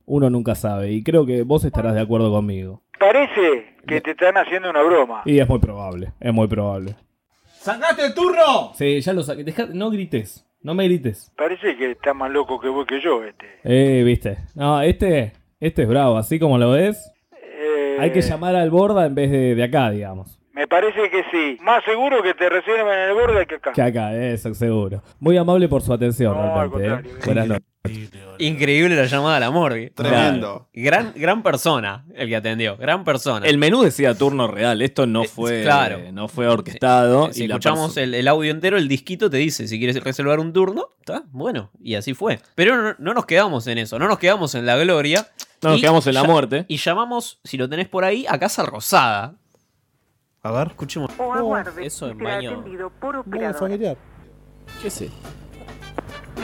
[SPEAKER 4] uno nunca sabe y creo que vos estarás de acuerdo conmigo.
[SPEAKER 27] Parece que te están haciendo una broma.
[SPEAKER 4] Y es muy probable, es muy probable.
[SPEAKER 3] ¡Sacaste el turno!
[SPEAKER 4] Sí, ya lo saqué. Dejá- no grites, no me grites.
[SPEAKER 27] Parece que está más loco que vos que yo, este.
[SPEAKER 4] Eh, viste. No, este, este es bravo, así como lo ves.
[SPEAKER 27] Eh,
[SPEAKER 4] Hay que llamar al borda en vez de, de acá, digamos.
[SPEAKER 27] Me parece que sí. Más seguro que te reciben en el borde que acá.
[SPEAKER 4] Que acá, eso seguro. Muy amable por su atención,
[SPEAKER 27] al
[SPEAKER 4] realmente. ¿eh? Buenas noches.
[SPEAKER 2] Increíble la llamada a la morgue.
[SPEAKER 4] Tremendo.
[SPEAKER 2] Gran, gran persona el que atendió. Gran persona.
[SPEAKER 4] El menú decía turno real, esto no fue,
[SPEAKER 2] Eh, claro. Eh,
[SPEAKER 4] no fue orquestado.
[SPEAKER 2] Si
[SPEAKER 4] y la
[SPEAKER 2] escuchamos el, el audio entero, el disquito te dice, si quieres reservar un turno, está bueno. Y así fue. Pero no, no nos quedamos en eso, no nos quedamos en la gloria.
[SPEAKER 4] No, nos
[SPEAKER 2] Y
[SPEAKER 4] quedamos en la
[SPEAKER 2] ya-
[SPEAKER 4] muerte.
[SPEAKER 2] Y llamamos, si lo tenés por ahí, a Casa Rosada.
[SPEAKER 4] A ver.
[SPEAKER 2] Escuchemos.
[SPEAKER 23] O aguarde.
[SPEAKER 2] eso es
[SPEAKER 23] será
[SPEAKER 2] baño.
[SPEAKER 23] atendido por
[SPEAKER 28] Muy
[SPEAKER 23] operadora.
[SPEAKER 28] familiar.
[SPEAKER 4] ¿Qué es esto?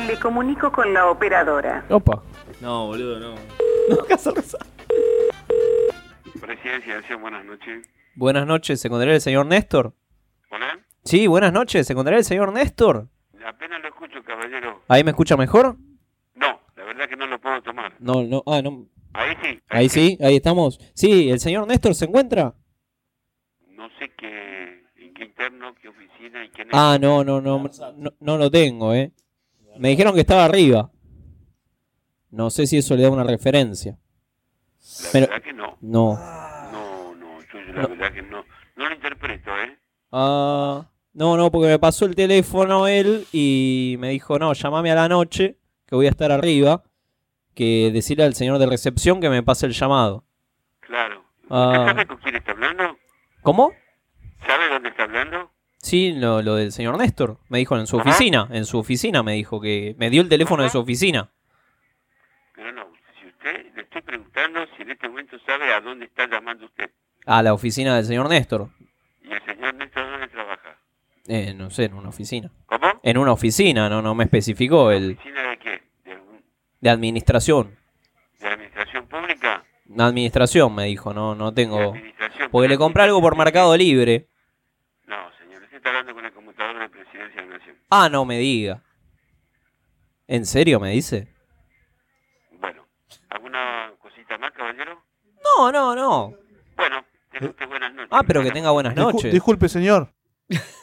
[SPEAKER 23] Le comunico con la operadora.
[SPEAKER 4] Opa. No, boludo, no. No, Casa Rosada.
[SPEAKER 25] Presidencia, buenas noches.
[SPEAKER 2] Buenas noches, ¿se encontrará el señor Néstor?
[SPEAKER 25] Hola.
[SPEAKER 2] Sí, buenas noches, ¿se encontrará el señor Néstor?
[SPEAKER 25] Apenas lo escucho, caballero.
[SPEAKER 2] ¿Ahí me escucha mejor?
[SPEAKER 25] No, la verdad que no lo puedo tomar.
[SPEAKER 2] No, no, ah, no.
[SPEAKER 25] Ahí sí.
[SPEAKER 2] Ahí sí, ahí estamos. Sí, ¿el señor Néstor se encuentra?
[SPEAKER 25] No sé qué, en qué interno, qué oficina y quién es.
[SPEAKER 2] Ah, no, no, no, no, no lo tengo, ¿eh? Me dijeron que estaba arriba. No sé si eso le da una referencia.
[SPEAKER 25] La
[SPEAKER 2] Pero,
[SPEAKER 25] verdad que no.
[SPEAKER 2] no.
[SPEAKER 25] No, no, yo la
[SPEAKER 2] No.
[SPEAKER 25] verdad que no. No lo interpreto, ¿eh?
[SPEAKER 2] Ah, no, no, porque me pasó el teléfono él y me dijo, no, llamame a la noche, que voy a estar arriba, que decirle al señor de recepción que me pase el llamado.
[SPEAKER 25] Claro. ¿Usted
[SPEAKER 2] Ah,
[SPEAKER 25] sabe con quién está hablando?
[SPEAKER 2] ¿Cómo?
[SPEAKER 25] ¿Sabe dónde está hablando?
[SPEAKER 2] Sí, lo, lo del señor Néstor. Me dijo en su
[SPEAKER 25] Ajá.
[SPEAKER 2] oficina, en su oficina me dijo que me dio el teléfono de su oficina.
[SPEAKER 25] Pero no, si usted, le estoy preguntando si en este momento sabe a dónde está llamando usted.
[SPEAKER 2] A la oficina del señor Néstor.
[SPEAKER 25] Y el señor Néstor, ¿dónde trabaja?
[SPEAKER 2] Eh, no sé, en una oficina.
[SPEAKER 25] ¿Cómo?
[SPEAKER 2] En una oficina, no, no me especificó el
[SPEAKER 25] ¿Oficina de qué? ¿De, un-
[SPEAKER 2] de administración.
[SPEAKER 25] de administración pública?
[SPEAKER 2] La administración me dijo, no, no tengo.
[SPEAKER 25] administración,
[SPEAKER 2] Porque le compré algo por Mercado Libre.
[SPEAKER 25] No, señor, usted está hablando con el computador de Presidencia de la Nación.
[SPEAKER 2] Ah, no me diga. ¿En serio me dice?
[SPEAKER 25] Bueno, ¿alguna cosita más, caballero?
[SPEAKER 2] No, no, no.
[SPEAKER 25] Bueno,
[SPEAKER 3] Eh.
[SPEAKER 25] tenga usted buenas noches.
[SPEAKER 2] Ah, pero que tenga buenas
[SPEAKER 25] Discul-
[SPEAKER 2] noches.
[SPEAKER 28] Disculpe, señor.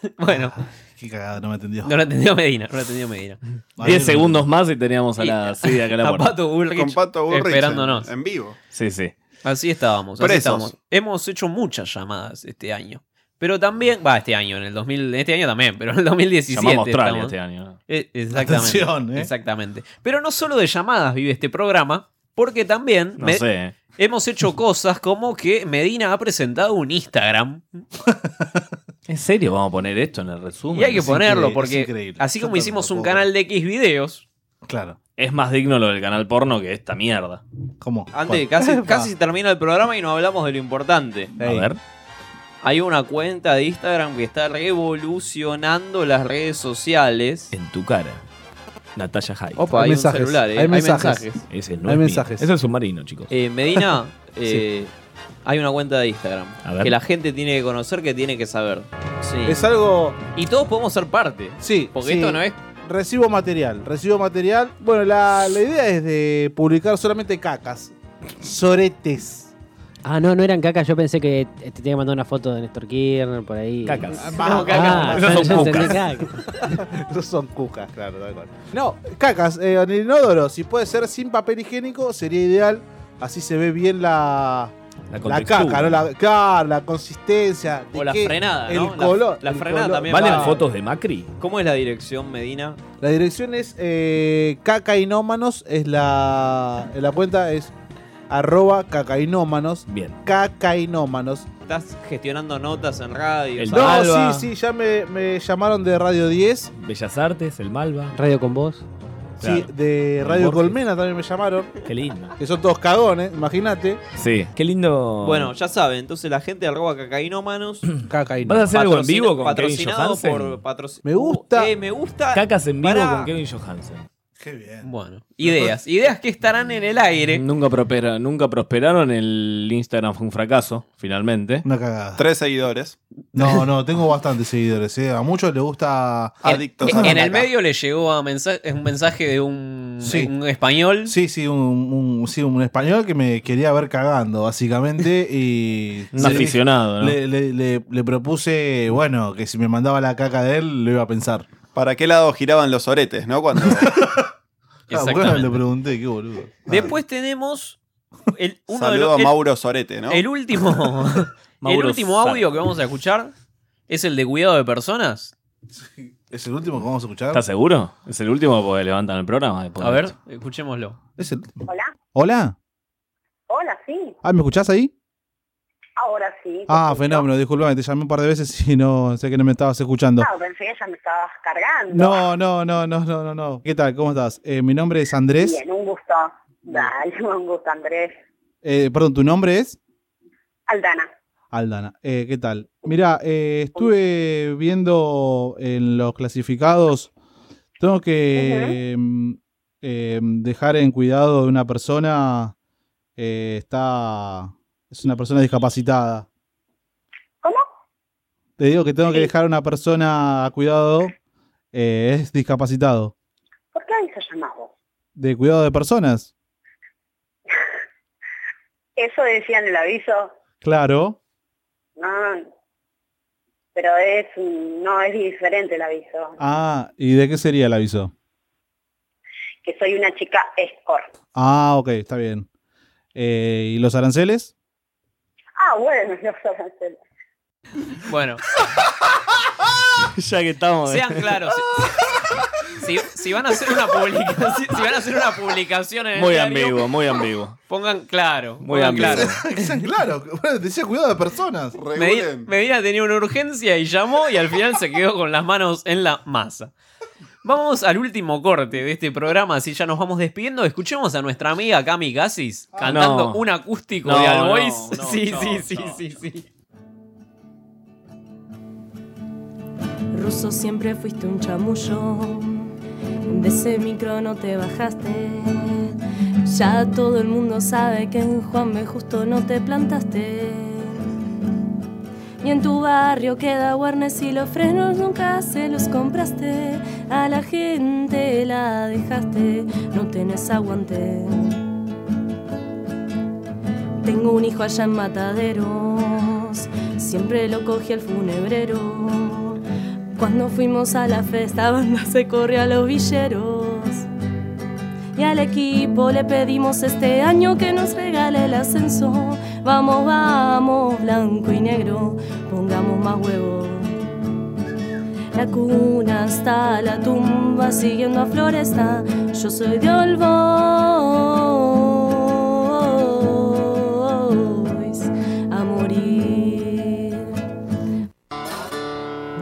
[SPEAKER 2] bueno.
[SPEAKER 29] Qué cagada, no me atendió.
[SPEAKER 2] No lo atendió Medina, no lo atendió Medina.
[SPEAKER 4] Diez segundos más y teníamos a la sí, acá a la
[SPEAKER 2] A
[SPEAKER 4] puerta.
[SPEAKER 2] Pato Bullrich
[SPEAKER 4] Con Pato Bullrich
[SPEAKER 2] esperándonos.
[SPEAKER 4] en- en vivo. Sí, sí.
[SPEAKER 2] Así estábamos, así
[SPEAKER 4] Presos.
[SPEAKER 2] estábamos. Hemos hecho muchas llamadas este año. Pero también, va, este año, en el 2000, este año también, pero en el 2017.
[SPEAKER 4] Llamamos a Australia
[SPEAKER 2] estamos.
[SPEAKER 4] este año, ¿no?
[SPEAKER 2] Eh, exactamente.
[SPEAKER 4] Atención, ¿eh?
[SPEAKER 2] Exactamente. Pero no solo de llamadas vive este programa, Porque también
[SPEAKER 4] No
[SPEAKER 2] me-
[SPEAKER 4] sé. ¿eh?
[SPEAKER 2] hemos hecho cosas como que Medina ha presentado un Instagram.
[SPEAKER 4] ¿En serio vamos a poner esto en el resumen?
[SPEAKER 2] Y hay que
[SPEAKER 4] Es increíble,
[SPEAKER 2] ponerlo,
[SPEAKER 4] es
[SPEAKER 2] porque
[SPEAKER 4] increíble.
[SPEAKER 2] así
[SPEAKER 4] Yo
[SPEAKER 2] como hicimos un
[SPEAKER 4] tampoco.
[SPEAKER 2] canal de X videos,
[SPEAKER 3] Claro.
[SPEAKER 4] Es más digno lo del canal porno que esta mierda.
[SPEAKER 3] ¿Cómo?
[SPEAKER 2] antes casi, casi se termina el programa y nos hablamos de lo importante.
[SPEAKER 4] A ver.
[SPEAKER 2] Hay una cuenta de Instagram que está revolucionando las redes sociales.
[SPEAKER 4] En tu cara. Natalia Hyde.
[SPEAKER 2] Opa, hay, un celular, eh. hay mensajes.
[SPEAKER 4] Ese no
[SPEAKER 2] Hay
[SPEAKER 4] es mío.
[SPEAKER 2] mensajes.
[SPEAKER 4] Es el submarino, chicos.
[SPEAKER 2] Eh, Medina, eh, hay una cuenta de Instagram
[SPEAKER 4] A ver.
[SPEAKER 2] que la gente tiene que conocer, que tiene que saber. Sí.
[SPEAKER 24] Es algo.
[SPEAKER 2] Y todos podemos ser parte.
[SPEAKER 24] Sí.
[SPEAKER 2] Porque
[SPEAKER 24] sí.
[SPEAKER 2] esto no es.
[SPEAKER 24] Recibo material, recibo material. Bueno, la, la idea es de publicar solamente cacas. Soretes.
[SPEAKER 16] Ah, no, no eran cacas. Yo pensé que te tenía que mandar una foto de Néstor Kirchner por ahí.
[SPEAKER 24] Cacas.
[SPEAKER 16] Ah,
[SPEAKER 24] No, cacas.
[SPEAKER 16] ah,
[SPEAKER 24] Esas son
[SPEAKER 16] yo entendí
[SPEAKER 24] cucas.
[SPEAKER 16] cacas.
[SPEAKER 24] Esos son cucas, claro, tal cual. No, cacas, eh, en el inodoro, si puede ser sin papel higiénico, sería ideal. Así se ve bien la.
[SPEAKER 4] La,
[SPEAKER 2] contextura.
[SPEAKER 24] caca, ¿no? La, claro, la consistencia.
[SPEAKER 2] O
[SPEAKER 24] de
[SPEAKER 2] la
[SPEAKER 24] qué-
[SPEAKER 2] frenada,
[SPEAKER 24] El
[SPEAKER 2] ¿no? La-
[SPEAKER 24] color.
[SPEAKER 2] la
[SPEAKER 24] el
[SPEAKER 2] frenada
[SPEAKER 24] color.
[SPEAKER 2] también ¿Valen va.
[SPEAKER 4] fotos de Macri?
[SPEAKER 2] ¿Cómo es la dirección, Medina?
[SPEAKER 24] La dirección es eh, cacainómanos, es la, la cuenta es arroba cacainómanos.
[SPEAKER 4] Bien.
[SPEAKER 24] Cacainómanos.
[SPEAKER 2] Estás gestionando notas en radio.
[SPEAKER 24] no, sí, sí, ya me, me llamaron de Radio 10.
[SPEAKER 4] Bellas Artes, el Malva.
[SPEAKER 16] Radio con vos.
[SPEAKER 24] Sí,
[SPEAKER 4] Claro.
[SPEAKER 24] de
[SPEAKER 4] El
[SPEAKER 24] Radio
[SPEAKER 4] Borges.
[SPEAKER 24] Colmena también me llamaron.
[SPEAKER 4] Qué lindo.
[SPEAKER 24] Que son todos cagones, imagínate.
[SPEAKER 4] Sí. Qué
[SPEAKER 3] Oh.
[SPEAKER 4] lindo.
[SPEAKER 2] Bueno, ya saben, entonces la gente arroba cacainómanos.
[SPEAKER 4] ¿Vas a hacer algo en vivo con Kevin
[SPEAKER 2] patrocinado
[SPEAKER 4] Johansen?
[SPEAKER 2] por patrocin-
[SPEAKER 4] Me gusta.
[SPEAKER 2] Eh, me gusta.
[SPEAKER 4] Cacas en vivo
[SPEAKER 2] Pará.
[SPEAKER 4] con Kevin Johansen.
[SPEAKER 3] Qué bien.
[SPEAKER 2] Bueno, ideas. Ideas que estarán en el aire.
[SPEAKER 4] Nunca, prospera- nunca prosperaron. El Instagram fue un fracaso, finalmente.
[SPEAKER 3] Una cagada.
[SPEAKER 5] Tres seguidores.
[SPEAKER 3] No, no, tengo bastantes seguidores. eh. A muchos les gusta.
[SPEAKER 5] Adictos
[SPEAKER 2] En, en el medio le llegó a mensa- es un mensaje de un, de un español.
[SPEAKER 3] Sí, sí un, un- sí, un español que me quería ver cagando, básicamente. Y
[SPEAKER 4] Un
[SPEAKER 3] Sí.
[SPEAKER 4] aficionado, ¿no?
[SPEAKER 3] Le, le- le- le propuse, bueno, que si me mandaba la caca de él, lo iba a pensar.
[SPEAKER 5] ¿Para qué lado giraban los oretes, no? Cuando.
[SPEAKER 3] Ah, bueno, le pregunté, qué boludo.
[SPEAKER 2] Después tenemos el, uno de
[SPEAKER 5] Saludo
[SPEAKER 2] los,
[SPEAKER 5] a
[SPEAKER 2] el-
[SPEAKER 5] Mauro Sorete, ¿no?
[SPEAKER 2] el último, el
[SPEAKER 5] Mauro
[SPEAKER 2] último
[SPEAKER 5] Sar-
[SPEAKER 2] audio que vamos a escuchar es el de cuidado de personas.
[SPEAKER 3] ¿Es el último que vamos a escuchar?
[SPEAKER 4] ¿Estás seguro? Es el último porque levantan el programa. después
[SPEAKER 2] A
[SPEAKER 4] de
[SPEAKER 2] ver,
[SPEAKER 4] esto.
[SPEAKER 2] escuchémoslo.
[SPEAKER 3] ¿Es el último?
[SPEAKER 30] Hola,
[SPEAKER 3] Hola.
[SPEAKER 30] hola, sí,
[SPEAKER 3] Ah, ¿me escuchás ahí?
[SPEAKER 30] ahora sí.
[SPEAKER 3] Ah, fenómeno, disculpame, te llamé un par de veces y no sé que no me estabas escuchando.
[SPEAKER 30] Ah, pensé que ya me estabas cargando.
[SPEAKER 3] No, no, no, no, no, no, no. ¿Qué tal? ¿Cómo estás? Eh, mi nombre es Andrés.
[SPEAKER 30] Bien, un gusto. Dale, un gusto, Andrés.
[SPEAKER 3] Eh, perdón, ¿tu nombre es?
[SPEAKER 30] Aldana.
[SPEAKER 3] Aldana. Eh, ¿Qué tal? Mira, estuve viendo en los clasificados. Tengo que em, em, dejar en cuidado de una persona. eh, está. Es una persona discapacitada. ¿Cómo? Te digo que tengo que dejar a una persona a cuidado. eh, es discapacitado.
[SPEAKER 30] ¿Por qué ahí se llamás vos?
[SPEAKER 3] De cuidado de personas.
[SPEAKER 30] Eso decía en el aviso.
[SPEAKER 3] Claro.
[SPEAKER 30] No, pero es, no es diferente el aviso.
[SPEAKER 3] Ah, ¿y de qué sería el aviso?
[SPEAKER 30] Que soy una chica escort.
[SPEAKER 3] Ah, ok, está bien. Eh, ¿Y los aranceles?
[SPEAKER 30] Ah, bueno, no sé hacer.
[SPEAKER 2] Bueno,
[SPEAKER 4] ya que estamos.
[SPEAKER 2] sean claros. Si, si van a hacer una publicación, si, si van a hacer una publicación en el
[SPEAKER 4] Muy
[SPEAKER 2] diario,
[SPEAKER 4] ambiguo, muy ambiguo.
[SPEAKER 2] pongan claro.
[SPEAKER 4] Muy
[SPEAKER 2] pongan
[SPEAKER 4] ambiguo.
[SPEAKER 2] ah, claro.
[SPEAKER 3] claro, bueno, decía cuidado de personas.
[SPEAKER 2] Medi- Medina tenía una urgencia y llamó y al final se quedó con las manos en la masa. Vamos al último corte de este programa, así ya nos vamos despidiendo. Escuchemos a nuestra amiga Cami Cassis cantando
[SPEAKER 4] Ah. no.
[SPEAKER 2] un acústico
[SPEAKER 4] No,
[SPEAKER 2] de All
[SPEAKER 4] no,
[SPEAKER 2] Boys.
[SPEAKER 4] no,
[SPEAKER 2] sí,
[SPEAKER 4] no,
[SPEAKER 2] sí,
[SPEAKER 4] no.
[SPEAKER 2] sí, sí, sí.
[SPEAKER 31] Ruso, siempre fuiste un chamullo. De ese micro no te bajaste. Ya todo el mundo sabe que en Juan B. Justo no te plantaste. Ni en tu barrio queda Warnes y los frenos nunca se los compraste. A la gente la dejaste, no tenés aguante. Tengo un hijo allá en Mataderos, siempre lo cogí al funebrero. Cuando fuimos a la festa, banda se corrió a los villeros. Y al equipo le pedimos este año que nos regale el ascenso. Vamos, vamos, blanco y negro, pongamos más huevos. La cuna hasta la tumba, siguiendo a Floresta. Yo soy de Olvo.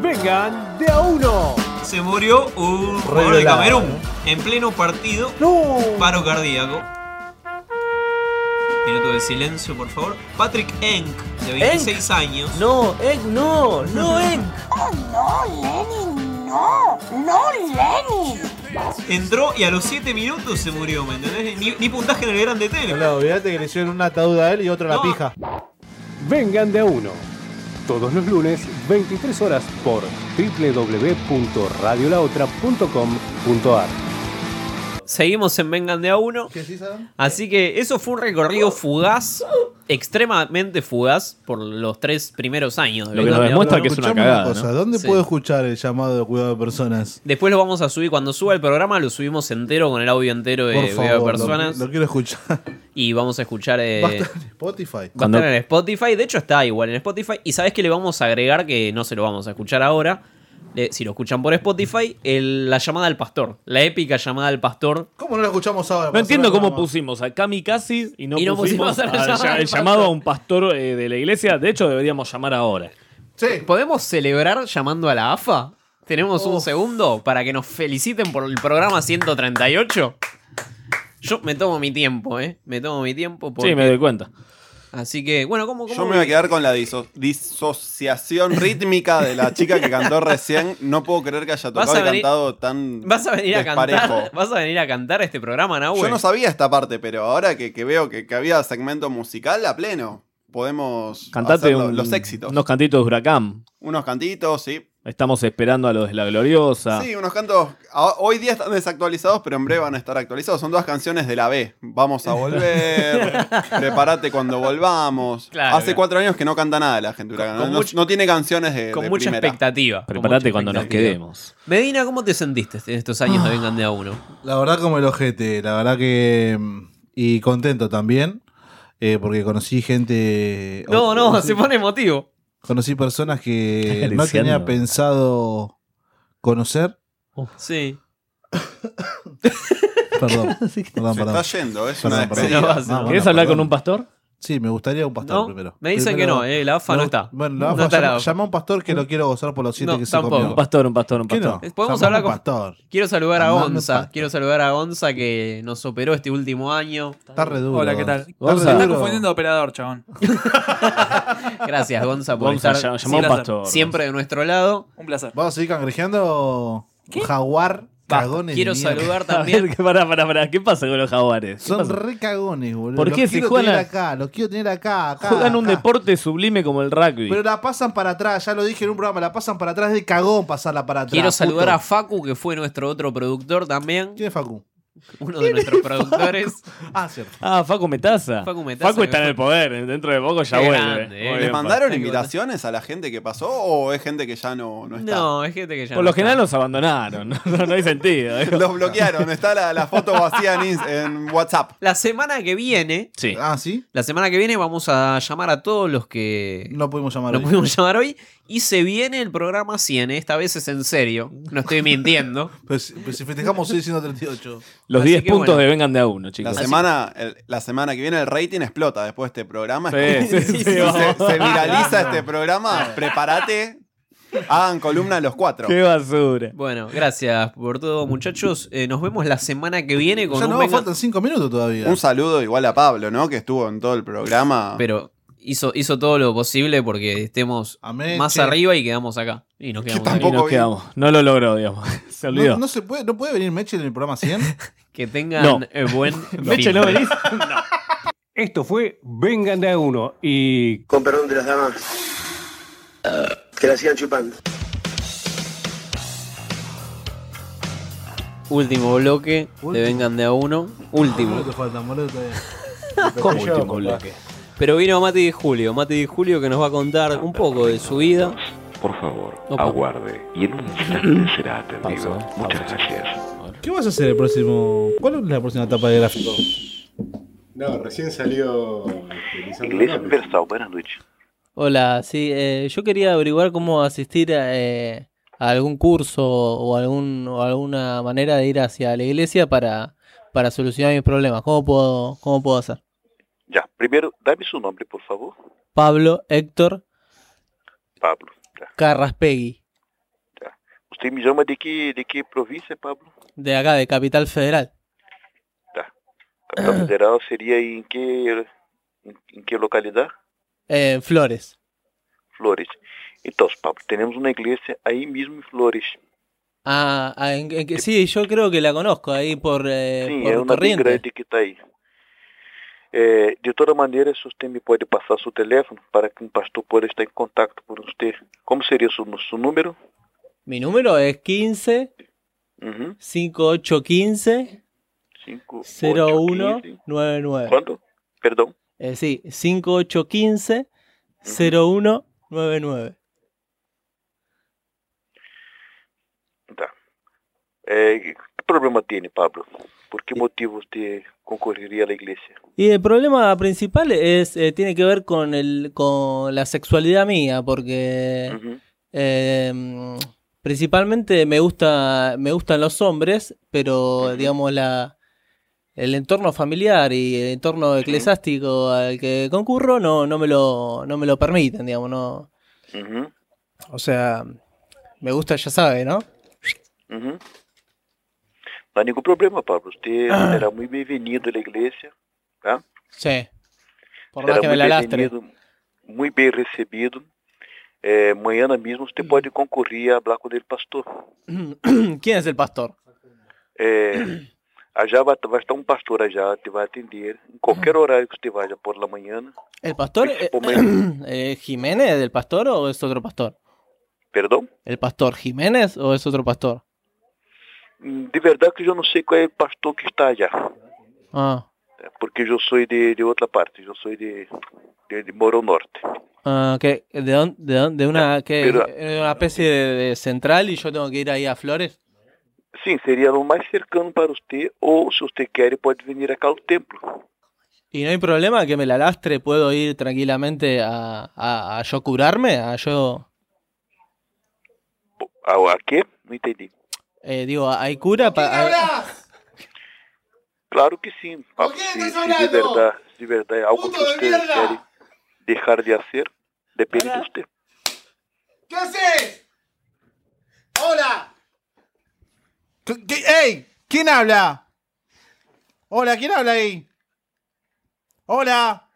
[SPEAKER 12] Vengan de a uno.
[SPEAKER 11] Se murió un jugador de
[SPEAKER 12] Revelado,
[SPEAKER 11] Camerún en pleno partido. Paro cardíaco. Minuto de silencio, por favor. Patrick Enk, de 26 años.
[SPEAKER 19] No, Egg, no, no, Egg.
[SPEAKER 20] ¡Oh, no, Lenin! ¡No! ¡No, Lenin!
[SPEAKER 11] Entró y a los 7 minutos se murió, ¿me entendés? Ni, ni puntaje en el grande tele.
[SPEAKER 24] No, olvidate que le hicieron una ataúd a él y otro a la pija.
[SPEAKER 12] Vengan de a uno. Todos los lunes, 23 horas por www.radiolaotra.com.ar.
[SPEAKER 2] Seguimos en Vengan de a uno. Así que eso fue un recorrido fugaz, extremadamente fugaz, por los tres primeros años. de
[SPEAKER 4] Lo que
[SPEAKER 2] Vengan
[SPEAKER 4] nos
[SPEAKER 2] de a
[SPEAKER 4] demuestra
[SPEAKER 2] Uno.
[SPEAKER 4] que es una
[SPEAKER 2] Escuchame
[SPEAKER 4] cagada.
[SPEAKER 2] cosa,
[SPEAKER 4] ¿no?
[SPEAKER 2] ¿dónde
[SPEAKER 4] Sí.
[SPEAKER 2] puedo
[SPEAKER 3] escuchar el llamado de cuidado de personas?
[SPEAKER 2] Después lo vamos a subir. Cuando suba el programa, lo subimos entero con el audio entero de
[SPEAKER 3] Por
[SPEAKER 2] video
[SPEAKER 3] favor, lo-
[SPEAKER 2] de personas.
[SPEAKER 3] lo quiero escuchar.
[SPEAKER 2] Y vamos a escuchar. eh,
[SPEAKER 3] Va a estar en Spotify.
[SPEAKER 2] Va a estar en Spotify, de hecho está igual en Spotify. Y sabes que le vamos a agregar, que no se lo vamos a escuchar ahora, le- si lo escuchan por Spotify, el- la llamada al pastor, la épica llamada al pastor.
[SPEAKER 3] ¿Cómo no la escuchamos ahora?
[SPEAKER 4] No entiendo cómo pusimos a Kamikaze y no,
[SPEAKER 2] Y no
[SPEAKER 4] pusimos,
[SPEAKER 2] pusimos a la
[SPEAKER 4] al-
[SPEAKER 2] llamada
[SPEAKER 4] el
[SPEAKER 2] al
[SPEAKER 4] llamado a
[SPEAKER 2] pastor.
[SPEAKER 4] un pastor eh, de la iglesia. De hecho, deberíamos llamar ahora.
[SPEAKER 2] ¿Podemos celebrar llamando a la AFA? ¿Tenemos un segundo para que nos feliciten por el programa 138? Yo me tomo mi tiempo, ¿eh? Me tomo mi tiempo. Porque...
[SPEAKER 4] Sí, me doy cuenta.
[SPEAKER 2] Así que, bueno, ¿cómo, cómo
[SPEAKER 5] Yo me voy a quedar con la diso- disociación rítmica de la chica que cantó recién. No puedo creer que haya
[SPEAKER 2] Vas
[SPEAKER 5] tocado
[SPEAKER 2] a
[SPEAKER 5] y
[SPEAKER 2] venir-
[SPEAKER 5] cantado tan
[SPEAKER 2] ¿Vas a venir a
[SPEAKER 5] desparejo.
[SPEAKER 2] cantar? ¿Vas a venir a cantar este programa, Nahue?
[SPEAKER 5] Yo no sabía esta parte, pero ahora que, que veo que, que había segmento musical a pleno, podemos
[SPEAKER 4] Cantate
[SPEAKER 5] hacer lo-
[SPEAKER 4] un-
[SPEAKER 5] los éxitos.
[SPEAKER 4] unos cantitos de Huracán.
[SPEAKER 5] Unos cantitos, sí.
[SPEAKER 4] Estamos esperando a los de La Gloriosa.
[SPEAKER 2] Ah.
[SPEAKER 5] Sí, unos cantos. a- Hoy día están desactualizados, pero en breve van a estar actualizados. Son dos canciones de la B. Vamos a volver. prepárate cuando volvamos.
[SPEAKER 2] Claro,
[SPEAKER 5] Hace
[SPEAKER 2] claro.
[SPEAKER 5] cuatro años que no canta nada la gente. Huracán.
[SPEAKER 2] con
[SPEAKER 5] no,
[SPEAKER 2] mucho-
[SPEAKER 5] no tiene canciones de.
[SPEAKER 2] con
[SPEAKER 5] de
[SPEAKER 2] mucha
[SPEAKER 5] primera.
[SPEAKER 2] expectativa.
[SPEAKER 4] Prepárate cuando nos
[SPEAKER 2] expectativa.
[SPEAKER 4] quedemos.
[SPEAKER 2] Medina, ¿cómo te sentiste en estos años de Vengan de a uno?
[SPEAKER 3] La verdad como el ojete, la verdad que... mm, Y contento también, eh, porque conocí gente...
[SPEAKER 2] No,
[SPEAKER 3] o-
[SPEAKER 2] no,
[SPEAKER 3] conocí-
[SPEAKER 2] se pone emotivo.
[SPEAKER 3] Conocí personas que
[SPEAKER 2] Estás
[SPEAKER 3] no tenía
[SPEAKER 2] acariciando.
[SPEAKER 3] pensado conocer.
[SPEAKER 2] Sí.
[SPEAKER 3] Perdón,
[SPEAKER 2] Se
[SPEAKER 3] perdón, perdón.
[SPEAKER 5] está yendo, es una
[SPEAKER 3] perdón.
[SPEAKER 5] despedida. Se nos va, se
[SPEAKER 3] No,
[SPEAKER 5] nos va.
[SPEAKER 3] bueno,
[SPEAKER 5] ¿Querés hablar con
[SPEAKER 3] perdón.
[SPEAKER 5] un pastor?
[SPEAKER 3] Sí, me gustaría un pastor
[SPEAKER 2] No,
[SPEAKER 3] primero.
[SPEAKER 2] me dicen
[SPEAKER 3] Primero-
[SPEAKER 2] que no, eh, la AFA no
[SPEAKER 3] me-
[SPEAKER 2] está.
[SPEAKER 3] Bueno, la
[SPEAKER 2] No
[SPEAKER 3] AFA
[SPEAKER 2] está la
[SPEAKER 3] llama-
[SPEAKER 2] AFA.
[SPEAKER 3] llama a un pastor que lo quiero gozar por los siete
[SPEAKER 2] No,
[SPEAKER 3] que se
[SPEAKER 2] tampoco.
[SPEAKER 3] comió.
[SPEAKER 2] Un
[SPEAKER 4] pastor, un pastor, un
[SPEAKER 3] ¿Qué
[SPEAKER 4] pastor.
[SPEAKER 3] no?
[SPEAKER 2] Podemos
[SPEAKER 3] Llamá
[SPEAKER 2] hablar
[SPEAKER 3] un
[SPEAKER 2] con.
[SPEAKER 3] pastor.
[SPEAKER 2] Quiero saludar a
[SPEAKER 3] Llamame un
[SPEAKER 2] Gonza. Quiero saludar a Gonza que nos operó este último año. Está
[SPEAKER 3] re
[SPEAKER 32] Hola, ¿qué tal? Me
[SPEAKER 2] Gonza.
[SPEAKER 32] estás confundiendo operador, chabón.
[SPEAKER 2] Gracias, Gonza, por
[SPEAKER 32] Gonza, llama- llama a
[SPEAKER 2] estar
[SPEAKER 32] un
[SPEAKER 2] siempre,
[SPEAKER 32] pastor.
[SPEAKER 2] siempre de nuestro lado.
[SPEAKER 32] Un placer.
[SPEAKER 3] ¿Vamos a seguir cangrejeando? Jaguar, cagones. de
[SPEAKER 2] Quiero
[SPEAKER 3] mierda.
[SPEAKER 2] saludar
[SPEAKER 4] A ver, que pará, pará, pará. ¿Qué pasa con los jaguares? ¿Qué
[SPEAKER 3] Son
[SPEAKER 4] pasa?
[SPEAKER 3] re cagones, boludo.
[SPEAKER 4] ¿Por
[SPEAKER 3] Los
[SPEAKER 4] qué? Si
[SPEAKER 3] quiero
[SPEAKER 4] juegan
[SPEAKER 3] tener
[SPEAKER 4] a-
[SPEAKER 3] acá, los quiero tener acá, acá.
[SPEAKER 4] Juegan un deporte sublime como el rugby.
[SPEAKER 3] Pero la pasan para atrás, ya lo dije en un programa, la pasan para atrás es de cagón pasarla para atrás.
[SPEAKER 2] Quiero saludar
[SPEAKER 3] puto.
[SPEAKER 2] a Facu, que fue nuestro otro productor también.
[SPEAKER 3] ¿Quién es Facu?
[SPEAKER 2] Uno de nuestros productores.
[SPEAKER 3] Ah, cierto.
[SPEAKER 4] Ah, Facu Metaza.
[SPEAKER 2] Facu Metaza, que
[SPEAKER 4] está en
[SPEAKER 2] fue-
[SPEAKER 4] el poder. Dentro de poco ya
[SPEAKER 2] Qué
[SPEAKER 4] vuelve.
[SPEAKER 2] grande, eh.
[SPEAKER 4] Muy
[SPEAKER 5] ¿Le
[SPEAKER 4] bien,
[SPEAKER 5] mandaron
[SPEAKER 4] Facu.
[SPEAKER 5] invitaciones a la gente que pasó o es gente que ya no, no está?
[SPEAKER 2] No, es gente que ya.
[SPEAKER 4] Por
[SPEAKER 2] no
[SPEAKER 4] lo
[SPEAKER 2] está.
[SPEAKER 4] general nos abandonaron. No, no hay sentido. eh.
[SPEAKER 5] Los bloquearon. Está la, la foto vacía en, Ins- en WhatsApp.
[SPEAKER 2] La semana que viene.
[SPEAKER 4] Sí.
[SPEAKER 3] Ah, sí.
[SPEAKER 2] La semana que viene vamos a llamar a todos los que
[SPEAKER 3] No pudimos llamar.
[SPEAKER 2] no
[SPEAKER 3] hoy.
[SPEAKER 2] pudimos llamar hoy. Y se viene el programa 100. eh. Esta vez es en serio. No estoy mintiendo.
[SPEAKER 3] Pero si, pero si festejamos hoy 138.
[SPEAKER 4] Los
[SPEAKER 2] Así
[SPEAKER 4] 10
[SPEAKER 2] que
[SPEAKER 4] puntos
[SPEAKER 2] bueno.
[SPEAKER 4] de vengan de a uno,
[SPEAKER 5] La
[SPEAKER 4] chicos.
[SPEAKER 5] semana, el- la semana que viene el rating explota después de este programa.
[SPEAKER 4] Sí,
[SPEAKER 5] Es como-
[SPEAKER 4] sí, sí,
[SPEAKER 5] se,
[SPEAKER 4] vamos.
[SPEAKER 5] se viraliza este programa. Prepárate. Hagan columna los cuatro.
[SPEAKER 4] Qué basura.
[SPEAKER 2] Bueno, gracias por todo, muchachos. Eh, nos vemos la semana que viene con
[SPEAKER 5] Ya
[SPEAKER 2] un
[SPEAKER 5] no,
[SPEAKER 2] Vengan-
[SPEAKER 5] faltan
[SPEAKER 3] 5 minutos todavía.
[SPEAKER 5] Un saludo igual a Pablo, ¿no? Que estuvo en todo el programa.
[SPEAKER 2] Pero hizo, hizo todo lo posible porque estemos
[SPEAKER 3] Amén,
[SPEAKER 2] más
[SPEAKER 3] che.
[SPEAKER 2] arriba y quedamos acá. Y nos quedamos acá.
[SPEAKER 4] Y nos quedamos. No lo logró, digamos. Se olvidó.
[SPEAKER 3] No, no se puede, no puede venir Meche en el programa 100.
[SPEAKER 2] Que tengan
[SPEAKER 4] No.
[SPEAKER 2] eh, buen.
[SPEAKER 4] Meche,
[SPEAKER 2] fin
[SPEAKER 4] ¿no
[SPEAKER 2] de-
[SPEAKER 4] venís?
[SPEAKER 18] Esto fue Vengan de a uno y.
[SPEAKER 33] Con perdón de las damas. Que la sigan chupando.
[SPEAKER 2] Último bloque. Te vengan de a uno. Último.
[SPEAKER 3] Boludo, te faltan, boludo, todavía.
[SPEAKER 2] ¿Cómo
[SPEAKER 3] Yo,
[SPEAKER 2] último
[SPEAKER 3] papá.
[SPEAKER 2] bloque? Pero vino Mati Di Julio. Mati Di Julio que nos va a contar un poco de su vida.
[SPEAKER 34] Por favor,
[SPEAKER 2] Opa.
[SPEAKER 34] aguarde y en un instante será atendido. Muchas gracias.
[SPEAKER 3] ¿Qué vas a hacer el próximo? ¿Cuál es la próxima etapa de gráfico?
[SPEAKER 35] No, recién salió. este, Lisandro
[SPEAKER 34] Inglés
[SPEAKER 35] López.
[SPEAKER 34] Verstau, buenas noches.
[SPEAKER 10] Hola, sí, eh, yo quería averiguar cómo asistir a, eh, a algún curso o, algún, o alguna manera de ir hacia la iglesia para, para solucionar mis problemas. ¿Cómo puedo, cómo puedo hacer?
[SPEAKER 34] Ya, primero, dame su nombre, por favor.
[SPEAKER 10] Pablo Héctor
[SPEAKER 34] Pablo.
[SPEAKER 10] Carraspegui.
[SPEAKER 33] ¿Usted me llama de qué, de qué provincia, Pablo?
[SPEAKER 10] De acá, de Capital Federal.
[SPEAKER 33] Capital Federal sería ahí en qué, en, en qué localidad?
[SPEAKER 10] Eh, Flores.
[SPEAKER 33] Flores. Entonces, Pablo, tenemos una iglesia ahí mismo en Flores.
[SPEAKER 10] Ah, ah, en- en que- sí, yo creo que la conozco ahí por, eh,
[SPEAKER 33] Sim,
[SPEAKER 10] por
[SPEAKER 33] é uma bem
[SPEAKER 10] Corrientes.
[SPEAKER 33] grande que está aí. É, de toda maneira, se você me pode passar seu telefone para que um pastor possa estar em contato por você. Como seria seu, seu número?
[SPEAKER 10] Mi número es 15
[SPEAKER 33] Uhum.
[SPEAKER 10] 5815
[SPEAKER 33] Cinco, ocho, 15.
[SPEAKER 10] 0199.
[SPEAKER 33] Quanto? Perdão.
[SPEAKER 10] Eh, sí, 5815 0199.
[SPEAKER 33] É, que problema tem, Pablo? Por que motivo você concorreria à igreja?
[SPEAKER 10] Y el problema principal es eh, tiene que ver con el con la sexualidad mía, porque eh, mm, principalmente me gusta me gustan los hombres, pero digamos la el entorno familiar y el entorno eclesiástico al que concurro no no me lo no me lo permiten, digamos, no. O sea, me gusta, ya sabe, ¿no?
[SPEAKER 33] Uhum. Não há nenhum problema, Pablo. Você
[SPEAKER 10] Ah.
[SPEAKER 33] será muito bem-vindo à igreja. Tá?
[SPEAKER 10] Sí. Por
[SPEAKER 33] Será
[SPEAKER 10] más que me la
[SPEAKER 33] muito
[SPEAKER 10] lastre.
[SPEAKER 33] bem-vindo, muito bem recebido. É, amanhã mesmo você pode concorrer a falar com o pastor.
[SPEAKER 10] ¿Quién es el pastor?
[SPEAKER 33] É, já vai, vai estar um pastor já te vai atender em
[SPEAKER 10] Ah.
[SPEAKER 33] qualquer horário que você vá por né? la manhã.
[SPEAKER 10] ¿El pastor eh, eh, Jiménez del pastor o es otro pastor?
[SPEAKER 33] Perdão?
[SPEAKER 10] ¿El pastor Jiménez o es otro pastor?
[SPEAKER 33] Hum, De verdade que eu não sei qual é o pastor que está já,
[SPEAKER 10] Ah,
[SPEAKER 33] É, porque eu sou de, de outra parte, eu sou de, de, de Moro Norte.
[SPEAKER 10] ah, ¿qué? ¿De, dónde, de, dónde? ¿De una, qué?
[SPEAKER 33] pero-
[SPEAKER 10] ¿De una especie de, de central y yo tengo que ir ahí a Flores?
[SPEAKER 33] Sim, seria o mais cercano para você, ou se você quer, pode vir acá ao templo.
[SPEAKER 10] ¿Y no hay problema que me la lastre? ¿Puedo ir tranquilamente a, a- a yo curarme? ¿A yo...?
[SPEAKER 33] ¿A, a qué? No entendi.
[SPEAKER 10] eh, digo, ¿hay cura para...?
[SPEAKER 33] Claro que sim. Pablo, se, se de verdade, se de verdade é algo que você quer deixar de fazer, depende de você.
[SPEAKER 25] ¿Qué haces? ¡Hola!
[SPEAKER 3] ¿Qué- qué- ¡Ey! ¿Quién habla? Hola, ¿quién habla ahí? Hola.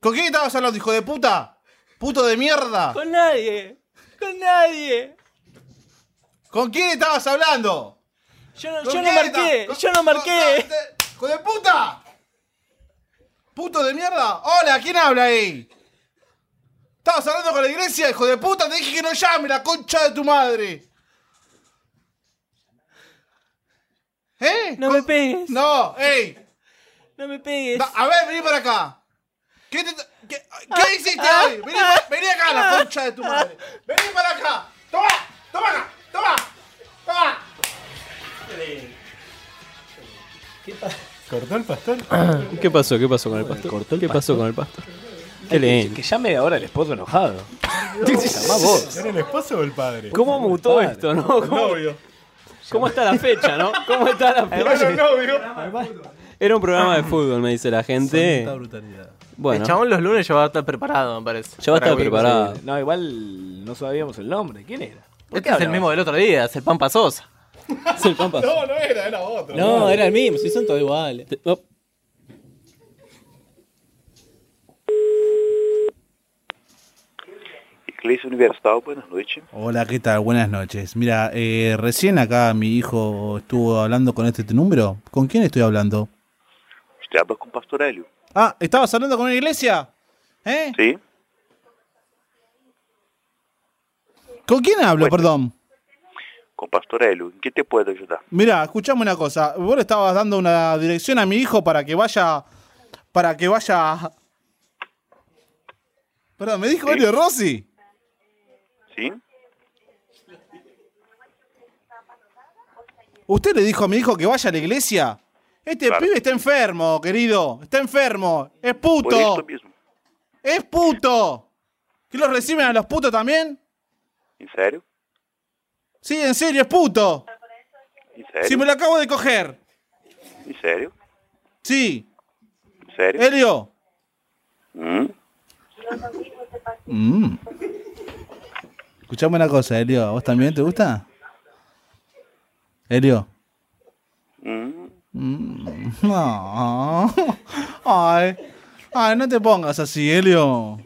[SPEAKER 3] ¿Con quién estabas hablando, hijo de puta? Puto de mierda.
[SPEAKER 10] Con nadie. Con nadie.
[SPEAKER 3] ¿Con quién estabas hablando?
[SPEAKER 10] Yo
[SPEAKER 3] ¿Con quién estabas- con-
[SPEAKER 10] yo no marqué.
[SPEAKER 3] ¡Hijo de puta! ¡Puto de mierda! ¡Hola! ¿Quién habla ahí? ¿Estabas hablando con la iglesia, hijo de puta? Te dije que no llame, la concha de tu madre. ¿Eh? No me
[SPEAKER 10] pegues.
[SPEAKER 3] No, ey.
[SPEAKER 10] No me pegues.
[SPEAKER 3] a ver, vení para acá. ¿Qué, te- qué- qué hiciste
[SPEAKER 25] ah,
[SPEAKER 3] hoy? Vení,
[SPEAKER 25] ah,
[SPEAKER 3] vení acá, la
[SPEAKER 25] ah,
[SPEAKER 3] concha de tu madre. Vení para acá. Toma, toma acá, toma. Toma.
[SPEAKER 18] ¿Cortó el pastor?
[SPEAKER 2] ¿Qué pasó? ¿Qué pasó con el pastor? ¿Qué pasó con el pastor? Qué lindo.
[SPEAKER 4] Que llame ahora el esposo enojado. Llamá vos.
[SPEAKER 18] ¿Era el esposo o el padre?
[SPEAKER 2] ¿Cómo mutó esto, no? ¿Cómo, cómo está la fecha, no? ¿Cómo está la fecha? Era un programa de fútbol, me dice la gente. Bueno,
[SPEAKER 10] El chabón los lunes ya va a estar preparado, me parece.
[SPEAKER 2] Ya va a estar
[SPEAKER 10] Para-
[SPEAKER 2] preparado.
[SPEAKER 4] No, igual no sabíamos el nombre. ¿Quién era?
[SPEAKER 10] Este es el mismo del otro día, es el Pampa Sosa.
[SPEAKER 2] es el Pampa
[SPEAKER 3] No, no era, era otro.
[SPEAKER 10] No, era el mismo, sí, son todos iguales.
[SPEAKER 33] Iglesia Universal, boa noite.
[SPEAKER 3] Hola, ¿qué tal? Buenas noches. Mira, eh, recién acá mi hijo estuvo hablando con este número. ¿Con quién estoy hablando?
[SPEAKER 33] Você habla com o pastor Hélio.
[SPEAKER 3] Ah, ¿estabas hablando con una iglesia? ¿Eh?
[SPEAKER 33] Sí.
[SPEAKER 3] ¿Con quién hablo, perdón?
[SPEAKER 33] Com o pastor Hélio, em que te pode ajudar?
[SPEAKER 3] Mira, escuchame una cosa. Vos le estabas dando una dirección a mi hijo para que vaya. Para que vaya. Perdón, me dijo
[SPEAKER 33] Sí.
[SPEAKER 3] Elio Rossi.
[SPEAKER 33] Sim?
[SPEAKER 3] ¿Usted le dijo a mi hijo que vaya a la iglesia? Este
[SPEAKER 33] Claro.
[SPEAKER 3] pibe está enfermo, querido. Está enfermo. Es
[SPEAKER 33] Por isso
[SPEAKER 3] puto.
[SPEAKER 33] mesmo.
[SPEAKER 3] Es puto. ¿Que los reciben a los putos también?
[SPEAKER 33] Em sério?
[SPEAKER 3] Sí, en serio, es puto.
[SPEAKER 33] Em
[SPEAKER 3] Si
[SPEAKER 33] sério?
[SPEAKER 3] me lo acabo de coger.
[SPEAKER 33] Em sério?
[SPEAKER 3] Sí.
[SPEAKER 33] Em sério?
[SPEAKER 3] Elio.
[SPEAKER 33] Hum?
[SPEAKER 3] Mm. Escuchame una cosa, Elio. ¿A vos también te gusta? Elio.
[SPEAKER 33] Mm.
[SPEAKER 3] Mm, No. Ay. Ay, no te pongas así, Elio.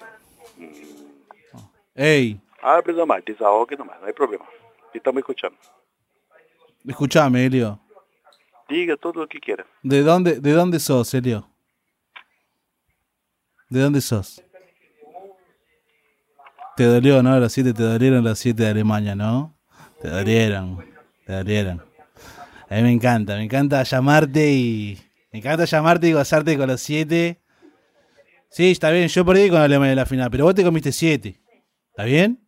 [SPEAKER 3] Ey,
[SPEAKER 33] Abre nomás, desahogue nomás, não hay problema. Estamos escuchando.
[SPEAKER 3] escúchame, Elio.
[SPEAKER 33] Diga todo lo que quiera.
[SPEAKER 3] ¿De dónde, ¿De dónde sos, Elio? ¿De dónde sos? Te dolió, ¿no? Las siete, te dolieron las siete de Alemania, ¿no? Te dolieron, te dolieron. A mí me encanta, me encanta llamarte y... Me encanta llamarte y gozarte con los siete. Sí, está bien, yo perdí con Alemania en la final, pero vos te comiste siete. ¿Está bien?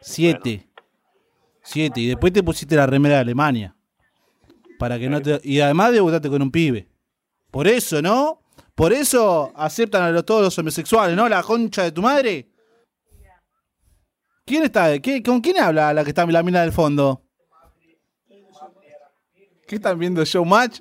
[SPEAKER 3] Siete. Siete. Y después te pusiste la remera de Alemania. Para que no te... Y además debutaste con un pibe. Por eso, ¿no? Por eso aceptan a los, todos los homosexuales, ¿no? La concha de tu madre. ¿Quién está? ¿Qué- ¿Con quién habla la que está en la mina del fondo? ¿Qué están viendo Showmatch?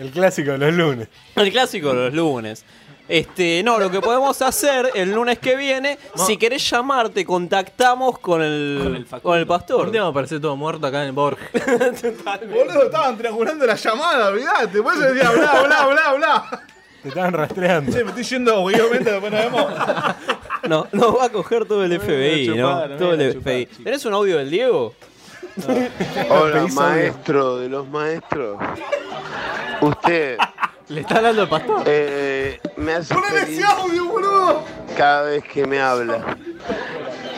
[SPEAKER 18] El clásico de los lunes.
[SPEAKER 2] El clásico los lunes. Este, no, lo que podemos hacer el lunes que viene, si querés llamar, te contactamos con el, con el, pastor. Un día
[SPEAKER 10] me parece todo muerto acá en el Borg.
[SPEAKER 9] Boludo, estaban triangulando la llamada, olvidate. Por eso decía, bla, bla, bla, bla.
[SPEAKER 18] Te estaban rastreando.
[SPEAKER 9] Che, me estoy yendo, obviamente, después nos vemos.
[SPEAKER 2] No, nos va a coger todo el FBI,
[SPEAKER 18] a chupar,
[SPEAKER 2] ¿no?
[SPEAKER 18] me
[SPEAKER 2] Todo
[SPEAKER 18] van a
[SPEAKER 2] el
[SPEAKER 18] chupar,
[SPEAKER 2] FBI. ¿Tenés un audio del Diego?
[SPEAKER 11] Hola, maestro de los maestros. Usted. eh,
[SPEAKER 10] Le está hablando el pastor.
[SPEAKER 11] me hace
[SPEAKER 36] ¡Ponele
[SPEAKER 11] feliz
[SPEAKER 36] ese audio, boludo!
[SPEAKER 11] cada vez que me habla.